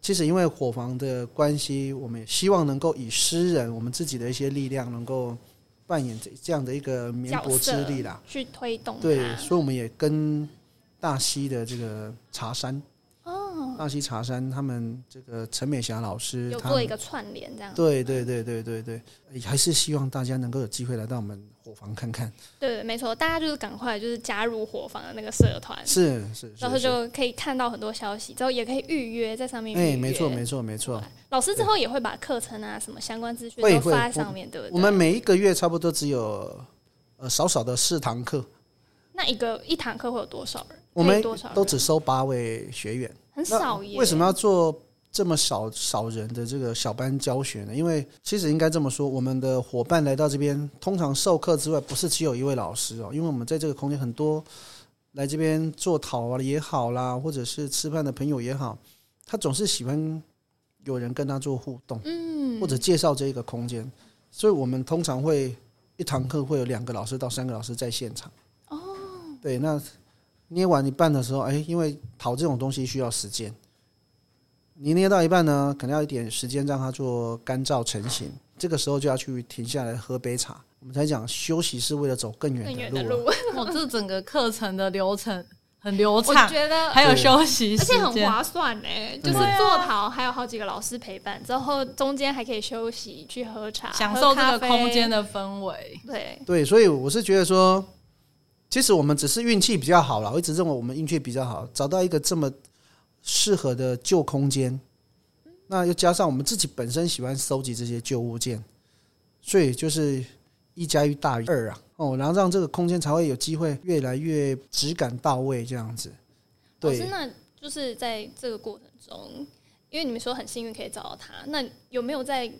S3: 其实因为伙房的关系，我们也希望能够以诗人我们自己的一些力量，能够扮演这这样的一个绵
S1: 角
S3: 薄之
S1: 色嗯
S3: 力啦。
S1: 去推动它。
S3: 对，所以我们也跟大溪的这个茶山，哦，大溪茶山他们这个陈美霞老师，
S1: 有
S3: 他
S1: 做
S3: 们
S1: 一个串联，这样
S3: 对对对对对对，哎还是希望大家能够有机会来到我们伙房看看。
S1: 对，没错，大家就是赶快就是加入伙房的那个社团，
S3: 是是是，
S1: 然后
S3: 是
S1: 就可以看到很多消息，之后也可以预约在上面预约。
S3: 哎，没错没错没错。
S1: 老师之后也会把课程啊什么相关资讯
S3: 会
S1: 都
S3: 会
S1: 发在
S3: 我
S1: 上面，对不对？
S3: 我们每一个月差不多只有呃少少的四堂课，
S1: 那一个一堂课会有多少人？
S3: 我
S1: 可以
S3: 们
S1: 多少人
S3: 都只收八位学员，
S1: 很
S3: 那
S1: 少耶。
S3: 为什么要做这么少少人的这个小班教学呢？因为其实应该这么说，我们的伙伴来到这边，通常授课之外，不是只有一位老师哦，因为我们在这个空间很多来这边做讨啊也好啦，或者是吃饭的朋友也好，他总是喜欢有人跟他做互动。
S1: 嗯，
S3: 或者介绍这一个空间，所以我们通常会一堂课会有两个老师到三个老师在现场。哦，对，那捏完一半的时候，哎，因为跑这种东西需要时间，你捏到一半呢，可能要一点时间让它做干燥成型，这个时候就要去停下来喝杯茶。我们才讲休息是为了走更
S1: 更
S3: 远
S1: 远
S3: 的
S1: 的
S3: 路
S1: 路
S3: 啊，，
S2: 我这整个课程的流程很流
S1: 我
S2: 畅，
S1: 觉得
S2: 还有休息
S1: 而
S2: 时
S1: 且很
S2: 间。
S1: 划算呢、就是做陶还有好几个老师陪伴，之后中间还可以休息去喝茶，
S2: 享受
S1: 喝
S2: 这
S1: 咖
S2: 个
S1: 啡
S2: 空间。的氛围，
S1: 对，
S3: 对，所以我是觉得说，其实我们只是运气比较好了。我一直认为我们运气比较好，找到一个这么适合的旧空间，那又加上我们自己本身喜欢收集这些旧物件，所以就是一加一大于二啊。哦，然后让这个空间才会有机会越来越质感到位，这样子。
S1: 老
S2: 哦
S3: 对，
S1: 师，那就是在这个过程中，因为你们说很幸运可以找到他，那有没有在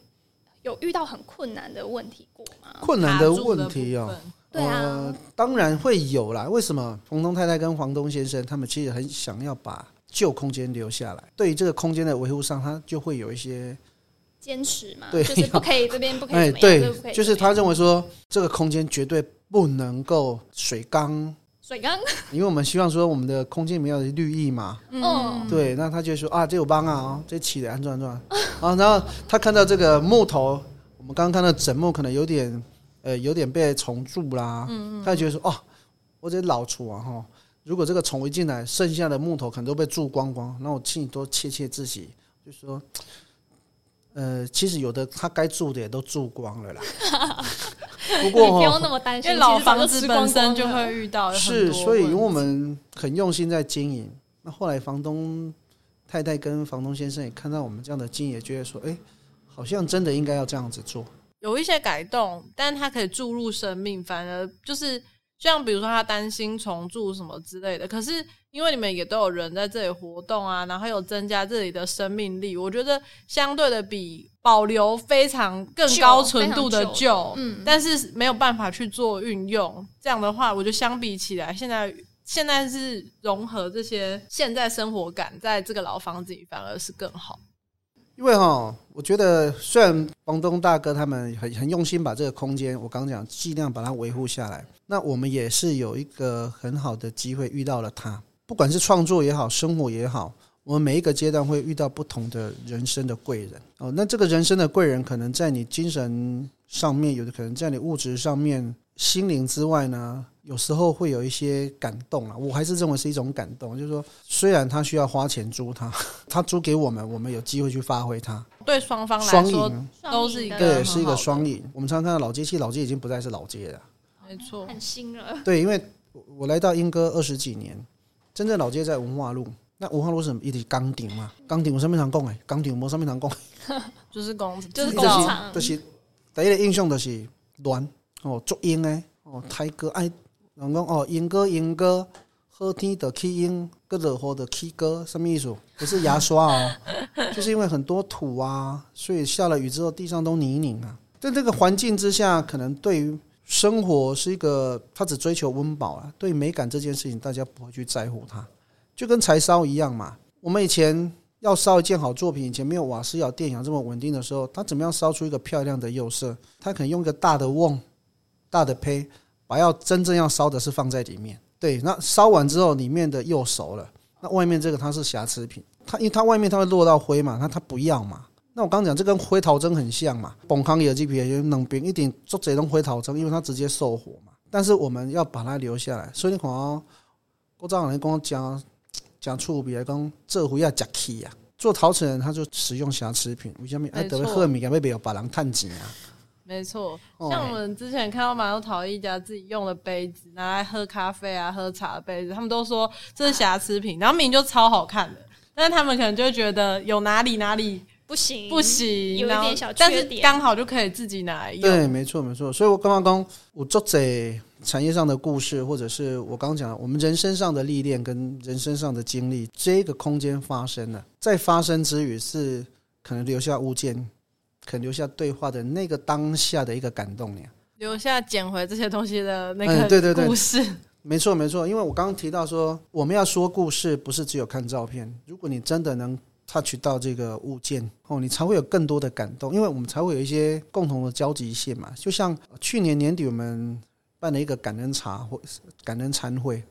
S1: 有遇到很困难的问题过吗？
S3: 困难的问题哦、
S2: 卡住的部分，
S1: 对啊
S3: 呃，当然会有啦。为什么房东太太跟房东先生他们其实很想要把旧空间留下来？对于这个空间的维护上，他就会有一些
S1: 坚持嘛，
S3: 对
S1: 就是不可以这边不可以
S3: 哎，
S1: 怎么样，这
S3: 对
S1: 个不可以怎么样，
S3: 就是他认为说这个空间绝对不能够水缸，
S1: 水缸，
S3: 因为我们希望说我们的空间里面要有绿意嘛。
S1: 嗯，
S3: 对，那他就说啊，这有帮啊，哦，这起的安装安装啊，然后他看到这个木头，我们刚刚看到枕木可能有点呃有点被虫蛀啦，他就觉得说哦，我这老厨啊哈，如果这个虫一进来，剩下的木头可能都被蛀光光，那我心里多窃窃自喜，就说。呃，其实有的他该住的也都住光了啦。不
S1: 你不
S3: 过
S1: 用
S3: 哦，
S1: 那么担
S2: 因
S1: 心，
S2: 为老
S1: 其实早
S2: 房
S1: 就
S2: 子
S1: 吃
S2: 本
S1: 光
S2: 身
S1: 光
S2: 就
S1: 了
S2: 会遇到很多问
S3: 是，
S2: 题，
S3: 所以因为我们很用心在经营，那后来房东太太跟房东先生也看到我们这样的经营，也觉得说，哎、好像真的应该要这样子做。
S2: 有一些改动，但它可以注入生命，反而就是就像比如说他担心重铸什么之类的，可是因为你们也都有人在这里活动啊，然后有增加这里的生命力，我觉得相对的比保留非常更
S1: 旧
S2: 高纯度的
S1: 非常旧
S2: 旧，
S1: 嗯
S2: 但是没有办法去做运用，这样的话，我觉得相比起来，现在。现在是融合这些现在生活感，在这个老房子里反而是更好。
S3: 因为哈，我觉得虽然房东大哥他们很很用心把这个空间，我刚刚讲尽量把它维护下来，那我们也是有一个很好的机会遇到了他，不管是创作也好，生活也好。我们每一个阶段会遇到不同的人生的贵人哦，那这个人生的贵人可能在你精神上面，有的可能在你物质上面，心灵之外呢，有时候会有一些感动啊。我还是认为是一种感动，就是说，虽然他需要花钱租他，他租给我们，我们有机会去发挥它，
S2: 对双方来
S3: 双
S2: 说，
S3: 赢，
S2: 都是一个
S3: 对，
S2: 很
S3: 是一个
S2: 好的
S3: 双赢。我们常常看到老街，其实老街已经不再是老街了。
S2: 没错，
S1: 很新了，
S3: 对，因为我我来到英歌二十几年，真正老街在文化路。那文化路是什么？一直钢顶嘛，钢顶我上面常讲诶，钢顶我上面常讲。
S2: 就是工，就
S1: 就是是
S3: 伊
S1: 工
S3: 就
S2: 厂
S3: 是
S1: 厂
S3: 就是第一个印象就是乱哦，足英诶，哦，泰歌爱，人讲哦，英歌英歌，好天就起英，个落雨就起歌，什么意思？不是牙刷哦， 就是因为很多土啊，所以下了雨之后地上都泥泞啊。在这个环境之下，可能对于生活是一个，他只追求温饱啊，对美感这件事情，大家不会去在乎它，就跟柴烧一样嘛。我们以前要烧一件好作品，以前没有瓦斯窑、电窑这么稳定的时候，它怎么样烧出一个漂亮的釉色？它可能用一个大的瓮、大的胚，把要真正要烧的是放在里面。对，那烧完之后，里面的又熟了，那外面这个它是瑕疵品，它因为它外面它会落到灰嘛，那它不要嘛。那我刚讲这跟灰陶蒸很像嘛，崩康有机皮有冷冰一点，做这种灰陶蒸，因为它直接受火嘛。但是我们要把它留下来，所以你看哦，我早人跟我讲讲触别讲这回要吃气呀、做陶瓷人他就使用瑕疵品，为什么？哎，
S2: 没
S3: 得
S2: 错
S3: 要好物件要别有别人趁钱啊。
S2: 没错。
S3: 哦
S2: 像我们之前看到马路陶艺家自己用的杯子，拿来喝咖啡啊、喝茶的杯子，他们都说这是瑕疵品，然后明明就超好看的，但是他们可能就会觉得有哪里哪里
S1: 不行
S2: 不行，
S1: 有一
S2: 然后
S1: 点小
S2: 但
S1: 缺
S2: 是
S1: 点，
S2: 刚好就可以自己拿来用。
S3: 对，没错没错。所以我刚刚讲，我作者产业上的故事，或者是我刚刚讲的我们人生上的历练跟人生上的经历，这个空间发生了，在发生之余是可能留下物件，可能留下对话的那个当下的一个感动呀。
S2: 留下捡回这些东西的那
S3: 嗯对
S2: 个
S3: 对对
S2: 故事，
S3: 没错，没错，因为我刚刚提到说，我们要说故事，不是只有看照片。如果你真的能 touch 到这个物件哦，你才会有更多的感动，因为我们才会有一些共同的交集线嘛。就像呃去年年底我们办了一个感恩茶会、感恩餐会，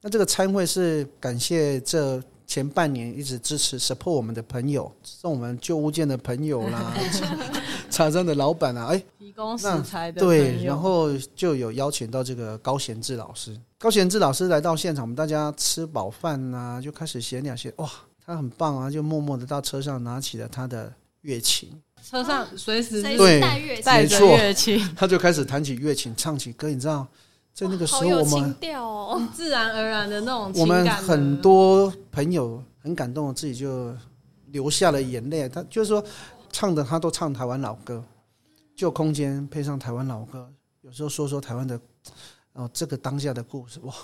S3: 那这个餐会是感谢这前半年一直支持 support 我们的朋友， 送我们旧物件的朋友啦， 茶商的老板啊，哎，
S2: 提供食
S3: 那
S2: 材的
S3: 对，
S2: 朋友
S3: 然后就有邀请到这个高贤志老师。高贤志老师来到现场，我们大家吃饱饭呐、就开始闲聊些。哇，他很棒啊！就默默的到车上拿起了他的乐器，
S2: 车上嗯随时
S1: 谁
S2: 就
S3: 对
S1: 是带乐器
S2: 带
S3: 没
S2: 着
S3: 错
S2: 乐器，
S3: 他就开始弹起乐器，唱起歌。你知道，在那个时
S1: 好
S3: 候，
S1: 有
S3: 我
S1: 情
S3: 们
S1: 调哦，
S2: 自然而然的那种
S3: 我
S2: 情感
S3: 们
S2: 的
S3: 很多朋友很感动，自己就流下了眼泪。他就是说，唱的他都唱台湾老歌，就空间配上台湾老歌，有时候说说台湾的，哦，这个当下的故事，哇，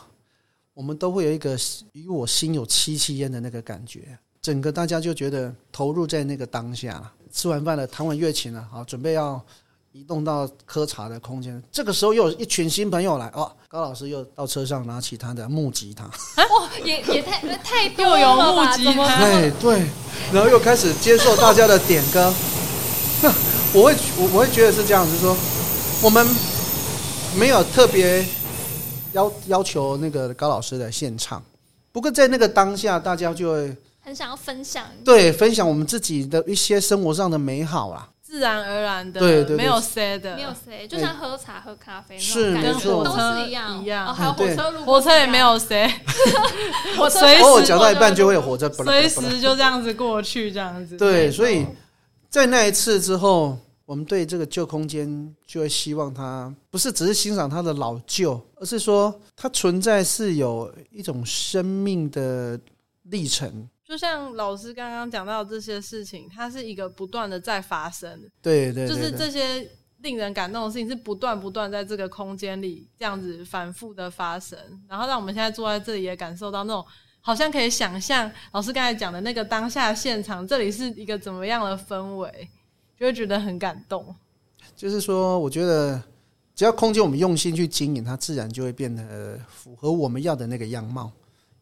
S3: 我们都会有一个与我心有戚戚焉的那个感觉。整个大家就觉得投入在那个当下，吃完饭了，弹完乐琴了，好，准备要移动到喝茶的空间。这个时候又有一群新朋友来，哦，高老师又到车上拿起他的木吉他，
S1: 哇，也也太太多
S2: 又有
S1: 了吧？
S2: 募集
S1: 怎么
S2: 他
S1: 这么
S3: 对对，然后又开始接受大家的点歌。 那我会我我会觉得是这样，就是说我们没有特别要要求那个高老师的现场，不过在那个当下，大家就会
S1: 很想要分享？
S3: 对分享我们自己的一些生活上的美好啦。
S2: 自然而然的，
S3: 对对对
S2: 没有 sad 的，
S1: 没有谁，就像喝茶、喝咖啡那
S3: 是
S1: 种感
S3: 没
S1: 觉，
S3: 错
S1: 都是一样
S2: 一样
S1: 哦，还有
S3: 嗯
S1: 火
S3: 对
S1: 车路，
S2: 火车也没。有 sad，我 随
S3: 偶尔
S2: 时
S3: 哦讲到一半就会有火车，不
S2: 随时就这样子过去，这样子。
S3: 对，所以
S2: 哦
S3: 在那一次之后，我们对这个旧空间就会希望它不是只是欣赏它的老旧，而是说它存在是有一种生命的历程。
S2: 就像老师刚刚讲到的这些事情，它是一个不断的在发生，
S3: 对对
S2: 就
S3: 对
S2: 是
S3: 对，
S2: 这些令人感动的事情是不断不断在这个空间里这样子反复的发生，然后让我们现在坐在这里也感受到那种好像可以想象老师刚才讲的那个当下现场，这里是一个怎么样的氛围，就会觉得很感动。
S3: 就是说，我觉得只要空间我们用心去经营，它自然就会变得呃符合我们要的那个样貌。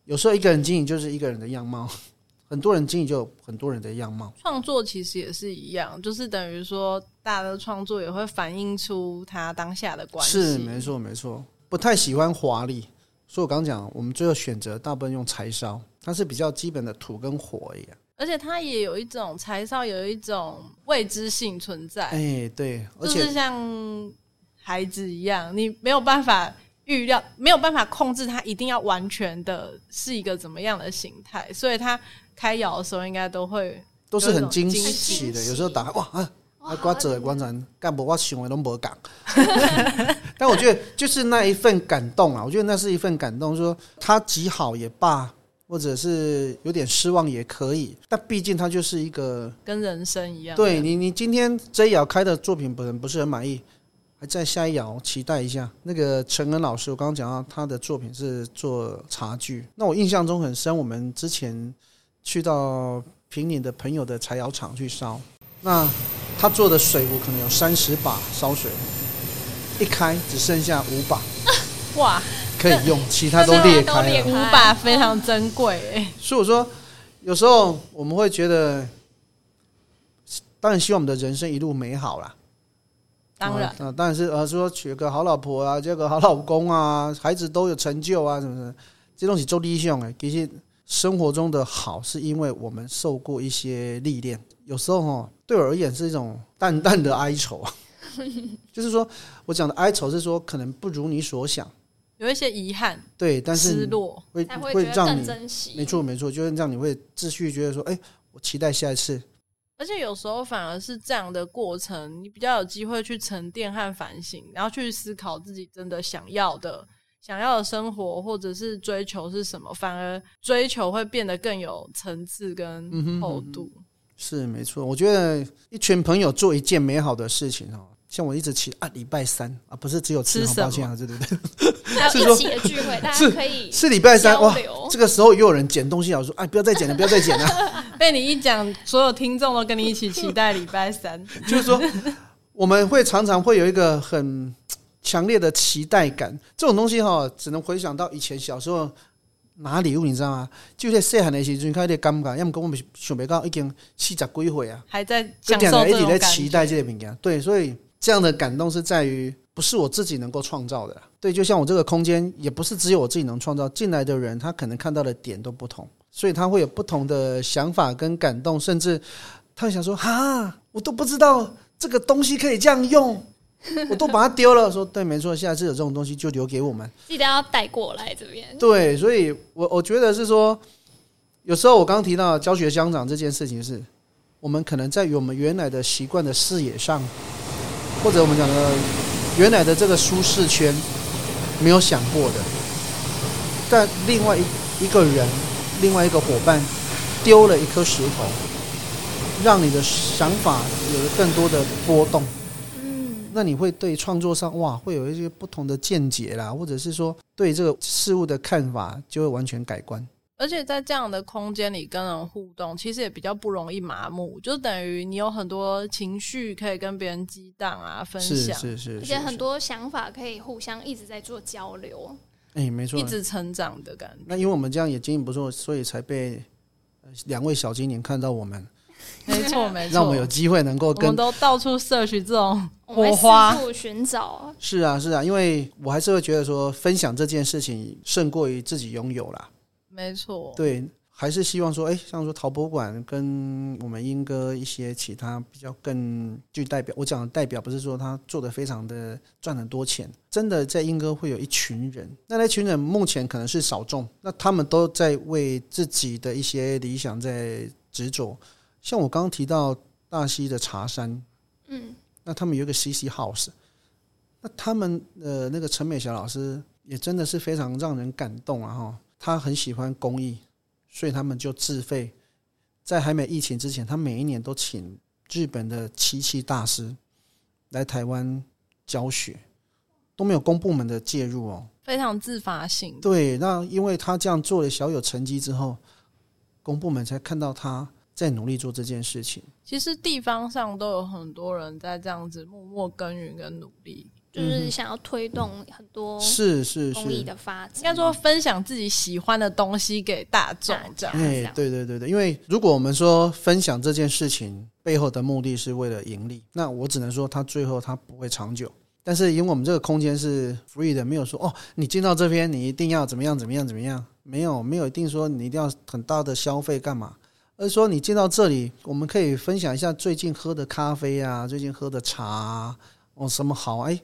S3: 有时候一个人经营就是一个人的样貌，很多人经营就有很多人的样貌。
S2: 创作其实也是一样，就是等于说大家的创作也会反映出他当下的关系。
S3: 是没错没错，不太喜欢华丽，所以我刚讲，我们最后选择大部分用柴烧，它是比较基本的土跟火啊一样。
S2: 而且它也有一种柴烧，有一种未知性存在，
S3: 哎，对，而
S2: 就
S3: 且、
S2: 是像孩子一样，你没有办法预料，没有办法控制它，一定要完全的是一个怎么样的形态，所以它开窑的时候应该都会
S3: 都是
S2: 有一
S3: 很
S2: 种
S3: 惊
S2: 惊
S3: 喜的，
S1: 喜
S3: 有时候打开哇啊，
S1: 哇
S3: 啊瓜子
S1: 哦
S3: 的瓜子，干不我想的都没讲。 但我觉得就是那一份感动啊，我觉得那是一份感动，说他极好也罢，或者是有点失望也可以，但毕竟它就是一个
S2: 跟人生一样。
S3: 对你，你今天这一爻开的啊作品本人不是很满意，还在下一爻期待一下。那个陈恩老师，我刚刚讲到他的作品是做茶具，那我印象中很深，我们之前去到平岭的朋友的柴窑厂去烧，那他做的水壶可能有三十把烧水壶，一开只剩下五把
S2: 哇，
S3: 可以用，其他都
S1: 剩下
S3: 裂
S1: 都
S3: 开
S1: 裂
S3: 了
S1: 开。
S2: 五把非常珍贵、欸，
S3: 所以我说，有时候我们会觉得，当然希望我们的人生一路美好啦。
S2: 当然
S3: 啊、呃当然是呃，说娶个好老婆啊，结个好老公啊，孩子都有成就啊，什么什么，这东西做理想哎。其实生活中的好，是因为我们受过一些历练，有时候哈，对我而言是一种淡淡的哀愁啊。就是说我讲的哀愁是说，可能不如你所想，
S2: 有一些遗憾、
S3: 对，但
S2: 失
S3: 是
S2: 落，
S3: 会
S1: 才会
S3: 会
S1: 觉得
S3: 让
S1: 更
S3: 你
S1: 珍惜，
S3: 没错没错，就是让你会继续觉得说，哎、我期待下一次。
S2: 而且有时候反而是这样的过程，你比较有机会去沉淀和反省，然后去思考自己真的想要的、想要的生活或者是追求是什么，反而追求会变得更有层次
S3: 嗯
S2: 跟
S3: 哼
S2: 厚度。
S3: 是没错，我觉得一群朋友做一件美好的事情哦，像我一直期啊，礼拜三啊，不是只有吃，
S2: 吃
S3: 好
S2: 什么
S3: 抱歉啊，对对对，
S1: 还有
S3: 是
S1: 一
S3: 说
S1: 起的聚会，大家
S3: 是
S1: 可以
S3: 是礼拜三
S1: 交
S3: 哇，
S1: 流。
S3: 这个时候又有人捡东西啊，我说哎，不要再捡了，不要再捡了，
S2: 被你一讲，所有听众都跟你一起期待礼拜三。
S3: 就是说我们会常常会有一个很强烈的期待感，这种东西哈、只能回想到以前小时候。拿礼物你知道吗？就在细汉的时阵，开始感觉，要么跟我们想不到已经四十几岁啊，
S2: 还在
S3: 这
S2: 享
S3: 两
S2: 受
S3: 个一
S2: 这
S3: 直
S2: 种
S3: 在
S2: 感
S3: 期
S2: 觉
S3: 待这些饼干，对，所以这样的感动是在于不是我自己能够创造的，对，就像我这个空间也不是只有我自己能创造，进来的人他可能看到的点都不同，所以他会有不同的想法跟感动，甚至他会想说哈，我都不知道这个东西可以这样用，我都把它丢了，说对，没错，下次有这种东西就留给我们。
S1: 记得要带过来这边。
S3: 对，所以我我觉得是说，有时候我刚刚提到教学相长这件事情是，我们可能在于我们原来的习惯的视野上，或者我们讲的原来的这个舒适圈没有想过的，但另外一一个人，另外一个伙伴丢了一颗石头，让你的想法有了更多的波动。
S1: 嗯，
S3: 那你会对创作上哇，会有一些不同的见解啦，或者是说对这个事物的看法就会完全改观。
S2: 而且在这样的空间里跟人互动，其实也比较不容易麻木，就等于你有很多情绪可以跟别人激荡啊，分
S3: 是
S2: 享，
S3: 是是，
S1: 而
S3: 是
S1: 且很多想法可以互相一直在做交流。
S3: 哎，没错
S2: 一。直成长的感觉。
S3: 那因为我们这样也经营不错，所以才被呃两位小精灵看到我们，
S2: 没 错，没错，
S3: 让我们有机会能够
S2: 我们
S3: 跟。
S2: 都到处 search 这种
S1: 我们
S2: 火
S1: 会
S2: 花
S1: 四，处寻找，
S3: 是啊，是啊，因为我还是会觉得说，分享这件事情胜过于自己拥有啦。
S2: 没错，
S3: 对，还是希望说，哎，像说陶博馆跟我们英哥一些其他比较更具代表，我讲的代表不是说他做的非常的赚很多钱，真的在英哥会有一群人，那那群人目前可能是少众，那他们都在为自己的一些理想在执着，像我刚刚提到大溪的茶山，
S1: 嗯，
S3: 那他们有一个 CC House，那他们呃那个陈美霞老师也真的是非常让人感动啊哈，她很喜欢公益，所以他们就自费，在还没疫情之前，他每一年都请日本的漆器大师来台湾教学，都没有公部门的介入哦。
S2: 非常自发性。
S3: 对，那因为他这样做了小有成绩之后，公部门才看到他在努力做这件事情。
S2: 其实地方上都有很多人在这样子默默耕耘跟努力，
S1: 就是想要推动很多
S3: 嗯是是
S1: 哦公益
S3: 是，
S1: 的发
S2: 应
S1: 展。
S2: 该说分享自己喜欢的东西给大众
S1: 大，
S2: 啊这样
S1: 家
S3: 哎，对对对对，因为如果我们说分享这件事情背后的目的是为了盈利，那我只能说它最后它不会长久。但是因为我们这个空间是 free 的，没有说哦，你进到这边你一定要怎么样怎么样怎么样，没有没有一定说你一定要很大的消费干嘛，而是说你进到这里，我们可以分享一下最近喝的咖啡啊，最近喝的茶、啊，哦什么好哎，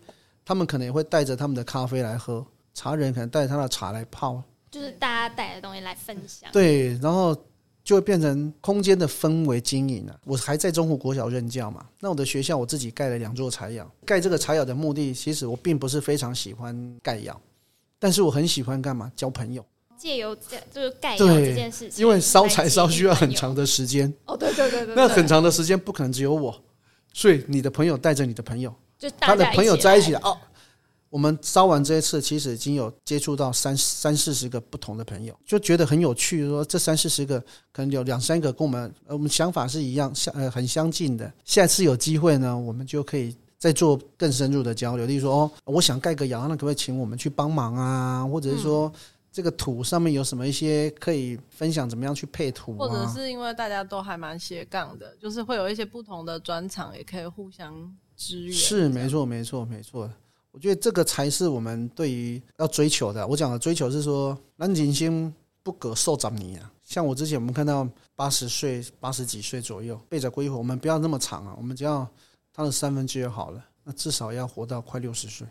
S3: 他们可能也会带着他们的咖啡来喝，茶人可能带着他的茶来泡，
S1: 就是大家带的东西来分享，
S3: 对，然后就会变成空间的氛围经营啊。我还在中湖国小任教嘛，那我的学校我自己盖了两座茶窑。盖这个茶窑的目的，其实我并不是非常喜欢盖窑，但是我很喜欢干嘛？交朋友，
S1: 借由这就是盖窑
S3: 对
S1: 这件事情，
S3: 因为烧柴
S1: 来
S3: 烧
S1: 建立
S3: 需要
S1: 朋
S3: 很
S1: 友
S3: 长的时间，
S1: 哦，对对对对，
S3: 那
S1: 对
S3: 很长的时间不可能只有我，所以你的朋友带着你的朋友，
S1: 就大
S3: 他的
S1: 家
S3: 朋友
S1: 来
S3: 在一起了哦。我们烧完这一次，其实已经有接触到三三四十个不同的朋友，就觉得很有趣。说这三四十个可能有两三个跟我们呃我们想法是一样，相呃很相近的。下次有机会呢，我们就可以再做更深入的交流。例如说，哦，我想盖个窑，那可不可以请我们去帮忙啊？或者是说，这个土上面有什么一些可以分享，怎么样去配土
S2: 或者
S3: 啊？
S2: 是因为大家都还蛮斜杠的，就是会有一些不同的专场，也可以互相支援。
S3: 是没错，没错，没错。我觉得这个才是我们对于要追求的。啊我讲的追求是说，咱人生不可受长你啊。像我之前我们看到八十岁、八十几岁左右，背着规划，我们不要那么长啊，我们只要他的三分之一就好了。那至少要活到快六十岁。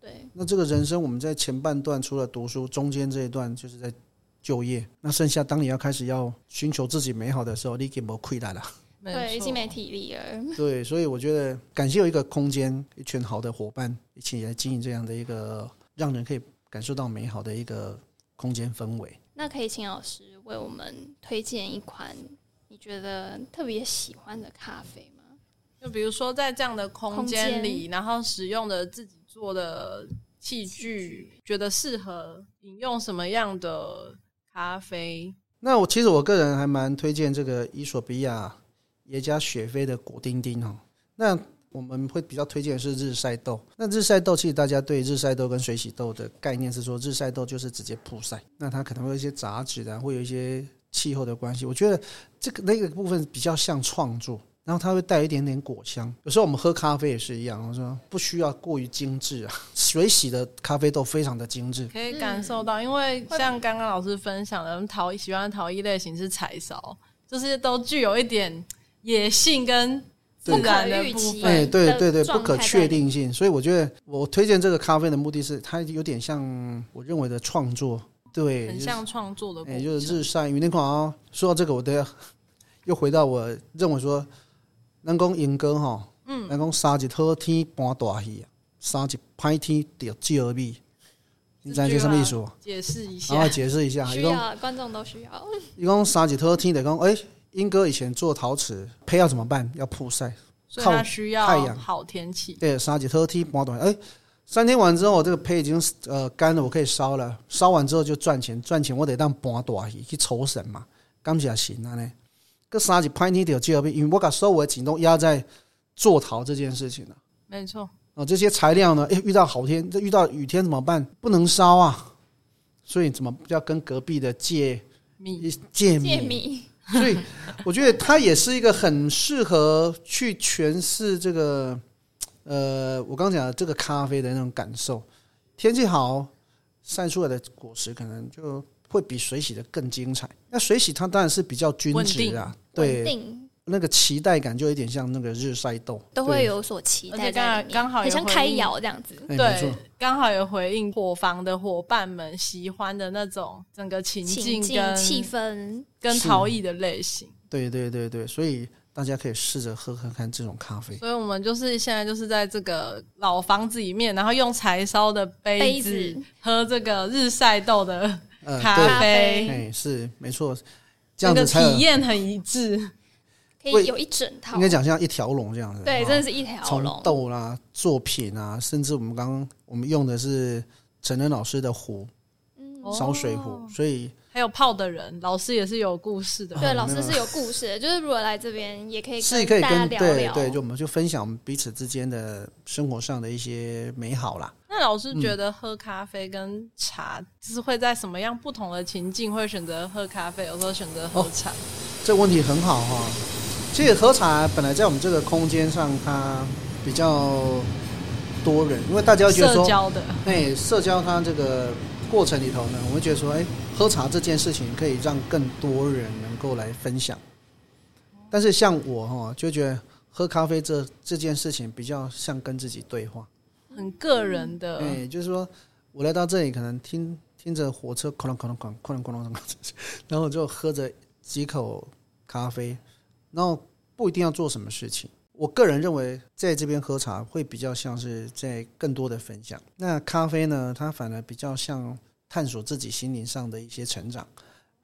S1: 对，
S3: 那这个人生，我们在前半段除了读书，中间这一段就是在就业。那剩下当你要开始要寻求自己美好的时候，你给没亏待了。
S2: 没错，
S1: 对，已经没体力了。
S3: 对，所以我觉得感谢有一个空间，一群好的伙伴一起来经营这样的一个让人可以感受到美好的一个空间氛围。
S1: 那可以请老师为我们推荐一款你觉得特别喜欢的咖啡吗？
S2: 就比如说在这样的空间
S1: 空
S2: 里，然后使用的自己做的器具，觉得适合饮用什么样的咖啡？
S3: 那我其实我个人还蛮推荐这个伊索比亚耶加雪菲的果丁丁哦。那我们会比较推荐的是日晒豆。那日晒豆其实大家对日晒豆跟水洗豆的概念是说，日晒豆就是直接曝晒，那它可能会有一些杂质啊，会有一些气候的关系。我觉得这个那个部分比较像创作。然后它会带一点点果香，有时候我们喝咖啡也是一样。我说不需要过于精致啊，水洗的咖啡豆非常的精致，
S2: 可以感受到，因为像刚刚老师分享的，陶喜欢的陶艺类型是柴烧，就是都具有一点野性跟自
S3: 对
S2: 然
S1: 不
S2: 的
S1: 可预
S2: 部
S1: 期
S3: 哎，
S2: 分。
S3: 对
S1: 的
S3: 对对，不
S1: 状
S3: 可
S1: 态
S3: 确
S1: 在
S3: 定性。所以我觉得我推荐这个咖啡的目的是，它有点像我认为的创作，对，
S2: 很
S3: 就是
S2: 像创作的过
S3: 哎，
S2: 程，
S3: 就是日晒雨那款啊。说到这个，我都要又回到我认为说，咱讲英歌吼，嗯，咱讲三日好天搬大戏啊，三日歹天钓少米，你知道这什么意思无？
S2: 解释一
S3: 然后
S2: 下，
S3: 解释啊一下，
S1: 需
S3: 伊讲
S1: 要观众都需要，
S3: 伊讲三日好天就讲，哎，英哥以前做陶瓷胚要怎么办？要曝晒，
S2: 所以它
S3: 靠
S2: 需
S3: 太
S2: 要
S3: 阳
S2: 好天气。
S3: 对，三日好天搬大戏，哎，三天完之后，我这个胚已经呃干了，我可以烧了。烧完之后就赚钱，赚钱我得当搬大鱼去酬神嘛，感谢神啊呢。个三级拍你掉就要因为我把所有的钱都压在做陶这件事情了。
S2: 没错，
S3: 哦，这些材料呢，诶，遇到好天，这遇到雨天怎么办？不能烧啊，所以怎么要跟隔壁的借
S2: 米
S1: 借
S3: 借米？
S1: 米，
S3: 所以我觉得它也是一个很适合去诠释这个，呃，我刚讲的这个咖啡的那种感受。天气好，晒出来的果实可能就会比水洗的更精彩。那水洗它当然是比较均值啊，
S1: 稳
S3: 对，
S1: 定
S3: 那个期待感就有点像那个日晒豆，
S1: 都会
S3: 对，
S1: 有所期
S2: 而且
S1: 待
S2: 刚
S1: 在
S2: 好
S1: 里面，
S2: 刚好也
S1: 很像
S2: 回
S1: 开
S2: 应
S1: 窑这样子。
S3: 哎，没
S2: 对
S3: 错，，
S2: 刚好有回应伙房的伙伴们喜欢的那种整个情
S1: 情
S2: 境
S1: 境
S2: 跟
S1: 气氛，
S2: 跟
S3: 是
S2: 陶艺的类型。
S3: 对对对对，所以大家可以试着喝喝看这种咖啡。
S2: 所以我们就是现在就是在这个老房子里面，然后用柴烧的杯子
S1: 杯子
S2: 喝这个日晒豆的
S3: 呃，
S2: 咖
S3: 对，
S1: 啡
S2: 啡，
S3: 哎，是没错，这
S2: 整
S3: 样
S2: 个
S3: 子才有
S2: 体验很一致。
S1: 可
S3: 为
S1: 以有一整套，
S3: 应该讲像一条龙这样子。
S1: 对，
S3: 哦
S1: 真的是一条龙
S3: 从。豆啦、作品啊，甚至我们刚刚我们用的是陈仁老师的壶，
S1: 哦
S3: 烧水壶，所以
S2: 哦还有泡的人，老师也是有故事的。
S1: 对，
S3: 哦
S1: 老师
S3: 那
S1: 是有故事的，就是如果来这边也可以
S3: 是
S1: 跟
S3: 可以
S1: 大家
S3: 跟
S1: 聊
S3: 对
S1: 聊，
S3: 对，就我们就分享我们彼此之间的生活上的一些美好啦。
S2: 那老师
S3: 嗯
S2: 觉得喝咖啡跟茶，就是会在什么样不同的情境会选择喝咖啡，有时候选择
S3: 哦
S2: 喝茶？
S3: 这问题很好哈、其实喝茶本来在我们这个空间上，它比较多人，因为大家会觉得
S2: 社
S3: 说，
S2: 交的，
S3: 哎，社交它这个过程里头呢，我会觉得说，哎，喝茶这件事情可以让更多人能够来分享。但是像我哈、就觉得喝咖啡这这件事情比较像跟自己对话，
S2: 很个人的。
S3: 哎，就是说我来到这里，可能听听着火车哐啷哐啷哐哐啷哐啷哐啷，然后我就喝着几口咖啡，然后不一定要做什么事情。我个人认为，在这边喝茶会比较像是在更多的分享。那咖啡呢，它反而比较像探索自己心灵上的一些成长，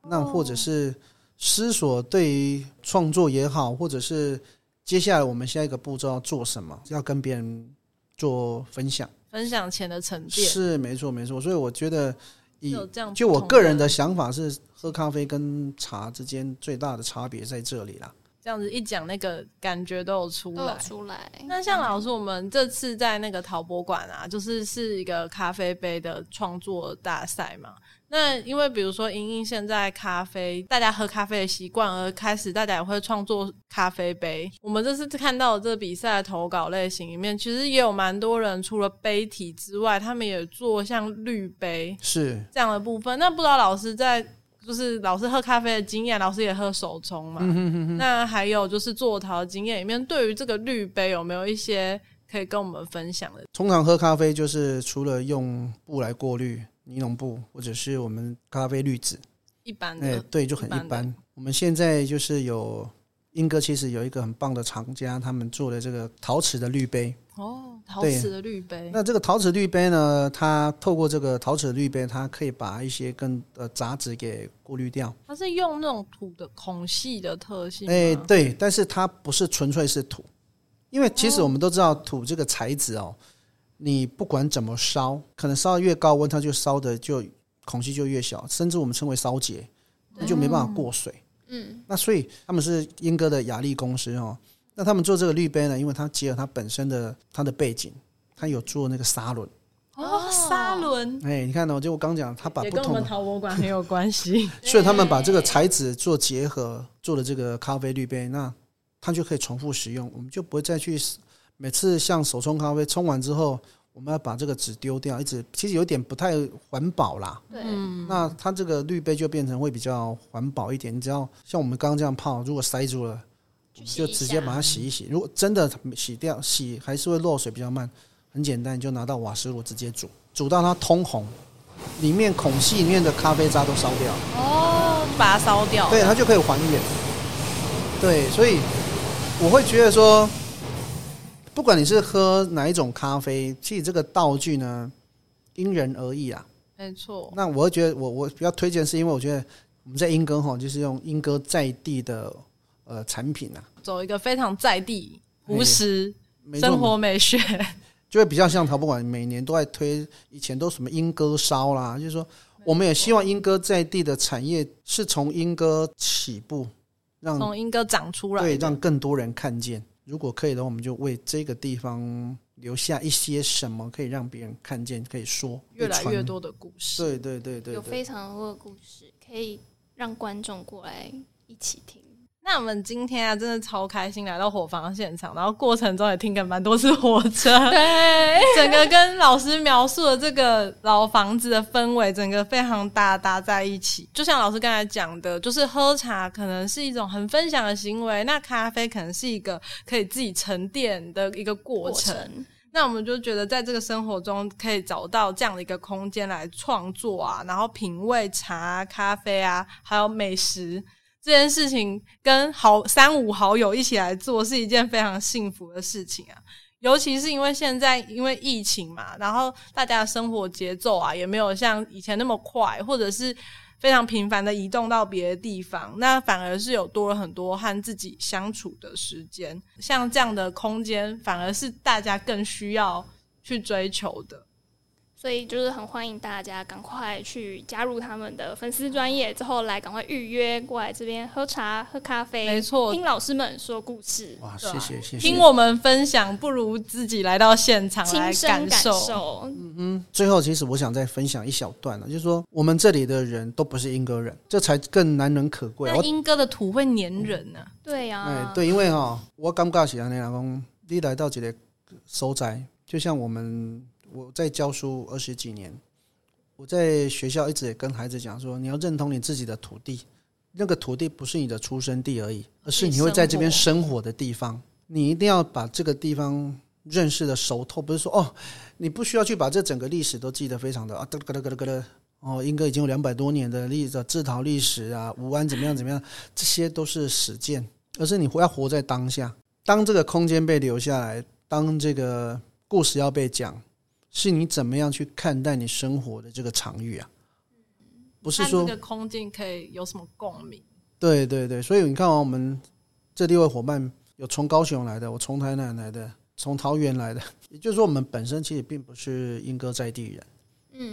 S3: 那或者是思索对于创作也好，或者是接下来我们下一个步骤要做什么，要跟别人做分享。
S2: 分享前的沉淀，
S3: 是没错没错，所以我觉得以
S2: 有这样
S3: 就我
S2: 不同
S3: 个人的想法是，喝咖啡跟茶之间最大的差别在这里啦。
S2: 这样子一讲，那个感觉都有出
S1: 都有
S2: 来。
S1: 出来。
S2: 那像老师，我们这次在那个陶博馆啊，就是是一个咖啡杯的创作大赛嘛。那因为比如说，莹莹现在咖啡，大家喝咖啡的习惯，而开始大家也会创作咖啡杯。我们这次看到这比赛的投稿类型里面，其实也有蛮多人除了杯体之外，他们也做像滤杯
S3: 是，
S2: 这样的部分。那不知道老师在就是老师喝咖啡的经验，老师也喝手冲
S3: 嗯
S2: 嘛？那还有就是做陶的经验里面，对于这个滤杯有没有一些可以跟我们分享的？
S3: 通常喝咖啡就是除了用布来过滤尼龙布，或者是我们咖啡滤纸，
S2: 一般的、
S3: 哎，对，就很
S2: 一般
S3: 一
S2: 的
S3: 般。我们现在就是有英哥，其实有一个很棒的厂家，他们做的这个陶瓷的滤杯。
S2: 哦，陶瓷的滤杯，
S3: 那这个陶瓷滤杯呢，它透过这个陶瓷滤杯，它可以把一些更呃杂质给过滤掉。
S2: 它是用那种土的孔隙的特性吗，
S3: 哎、对，但是它不是纯粹是土，因为其实
S2: 哦
S3: 我们都知道土这个材质哦，你不管怎么烧，可能烧的越高温，它就烧的就孔隙就越小，甚至我们称为烧结，那就没
S2: 哦
S3: 办法过水。
S1: 嗯，
S3: 那所以他们是英哥的雅丽公司哦，那他们做这个滤杯呢，因为它结合它本身的它的背景，它有做那个砂轮。
S2: 哦，砂轮。
S3: 哎、你看呢、哦，就我刚讲，它把
S2: 也
S3: 不啊
S2: 跟我
S3: 同
S2: 们
S3: 的。
S2: 陶博馆很有关 系，
S3: 所以他们把这个材质做结合，做了这个咖啡滤杯，那它就可以重复使用，我们就不会再去每次像手冲咖啡冲完之后，我们要把这个纸丢掉，一直其实有点不太环保啦。
S1: 对，
S2: 嗯
S3: 那它这个滤杯就变成会比较环保一点，你只要像我们刚刚这样泡，如果塞住了，我
S1: 去
S3: 们
S1: 洗
S3: 就
S1: 一
S3: 直
S1: 下
S3: 接把它洗一洗。如果真的洗掉，洗还是会落水比较慢，很简单，你就拿到瓦斯炉直接煮，煮到它通红，里面孔隙里面的咖啡渣都烧掉了。
S2: 哦，把它烧掉，
S3: 对，它就可以还原。对，所以我会觉得说，不管你是喝哪一种咖啡，其实这个道具呢，因人而异啊。
S2: 没错，
S3: 那我会觉得我我比较推荐，是因为我觉得我们在英歌哈，就是用英歌在地的呃产品啊，
S2: 走一个非常在地、
S3: 哎
S2: 朴实、
S3: 没错
S2: 生活美学，
S3: 就会比较像陶博馆每年都在推，以前都什么莺歌烧啦，就是说我们也希望莺歌在地的产业是从莺歌起步，让
S2: 从莺歌长出来的，
S3: 嗯对，让更多人看见。如果可以的话，我们就为这个地方留下一些什么，可以让别人看见，可以说
S2: 越来
S3: 可
S2: 越
S3: 以传
S2: 多的故事。
S3: 对对对对
S1: 有
S3: 对，
S1: 非常多的故事可以让观众过来一起听。
S2: 那我们今天啊，真的超开心来到火房现场，然后过程中也听了蛮多次火车，
S1: 对，
S2: 整个跟老师描述的这个老房子的氛围，整个非常搭搭在一起。就像老师刚才讲的，就是喝茶可能是一种很分享的行为，那咖啡可能是一个可以自己沉淀的一个过
S1: 过
S2: 程。
S1: 程
S2: 那我们就觉得，在这个生活中可以找到这样的一个空间来创作啊，然后品味茶啊、咖啡啊，还有美食这件事情，跟好三五好友一起来做，是一件非常幸福的事情啊。尤其是因为现在因为疫情嘛，然后大家的生活节奏啊也没有像以前那么快，或者是非常频繁的移动到别的地方，那反而是有多了很多和自己相处的时间。像这样的空间，反而是大家更需要去追求的。
S1: 所以就是很欢迎大家赶快去加入他们的粉丝专业，之后来赶快预约过来这边喝茶、喝咖啡，
S2: 没错
S1: 听老师们说故事，
S3: 哇，
S2: 对
S3: 谢
S2: 啊
S3: 谢谢谢
S2: 听。我们分享，不如自己来到现场
S1: 亲
S2: 来
S1: 身
S2: 感
S1: 感
S2: 受。嗯
S1: 受。
S3: 嗯最后，其实我想再分享一小段了，就是说我们这里的人都不是英格人，这才更难能可贵。
S2: 那
S3: 我
S2: 英哥的土会粘人啊呢、
S1: 对啊呀、
S3: 哎，对，因为哈、我感觉是安尼啦，讲你来到一个所在，就像我们我在教书二十几年，我在学校一直也跟孩子讲说，你要认同你自己的土地，那个土地不是你的出生地而已，而是你会在这边生活的地方，你一定要把这个地方。认识的熟透，不是说哦，你不需要去把这整个历史都记得非常的啊，咯咯咯咯咯咯，哦，英歌已经有两百多年的历史，自陶历史啊，武安怎么样怎么样，这些都是实践。而是你活要活在当下。当这个空间被留下来，当这个故事要被讲，是你怎么样去看待你生活的这个场域啊？不是
S2: 和
S3: 说
S2: 这个空间可以有什么共鸣？
S3: 对对对，所以你看啊，我们这六位伙伴有从高雄来的，我从台南来的，从桃园来的，也就是说，我们本身其实并不是英歌在地人，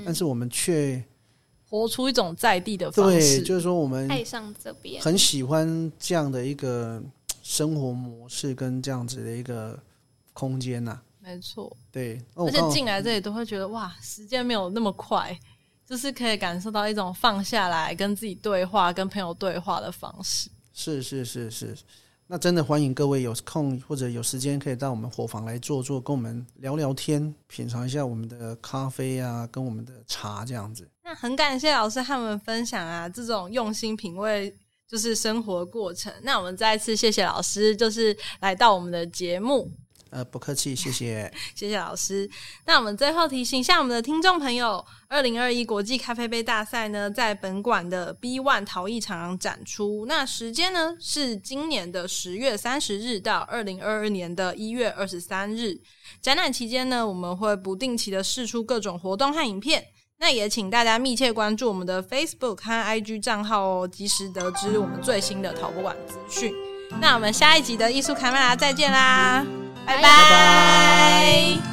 S3: 但
S1: 嗯，
S3: 是我们却
S2: 活出一种在地的方
S3: 对，
S2: 式。
S3: 就是说我们
S1: 爱上这边，
S3: 很喜欢这样的一个生活模式跟这样子的一个空间啊呐、
S2: 没错，
S3: 对，那我
S2: 而且
S3: 刚哦好
S2: 进来这里都会觉得哇，时间没有那么快，就是可以感受到一种放下来跟自己对话、跟朋友对话的方式。
S3: 是是是是，那真的欢迎各位有空或者有时间可以到我们伙房来坐坐，跟我们聊聊天，品尝一下我们的咖啡啊，跟我们的茶这样子。
S2: 那很感谢老师和我们分享啊，这种用心品味就是生活过程。那我们再一次谢谢老师，就是来到我们的节目，
S3: 呃，不客气，谢谢。
S2: 谢谢老师。那我们最后提醒一下我们的听众朋友，二零二一国际咖啡杯大赛呢，在本馆的 B One 陶艺场展出。那时间呢是今年的十月三十日到二零二二年的一月二十三日。展览期间呢，我们会不定期的试出各种活动和影片。那也请大家密切关注我们的 Facebook 和 IG 账号哦，及时得知我们最新的陶博馆资讯。那我们下一集的艺术卡麦拉再见啦，拜
S1: 拜
S2: 拜。
S1: 拜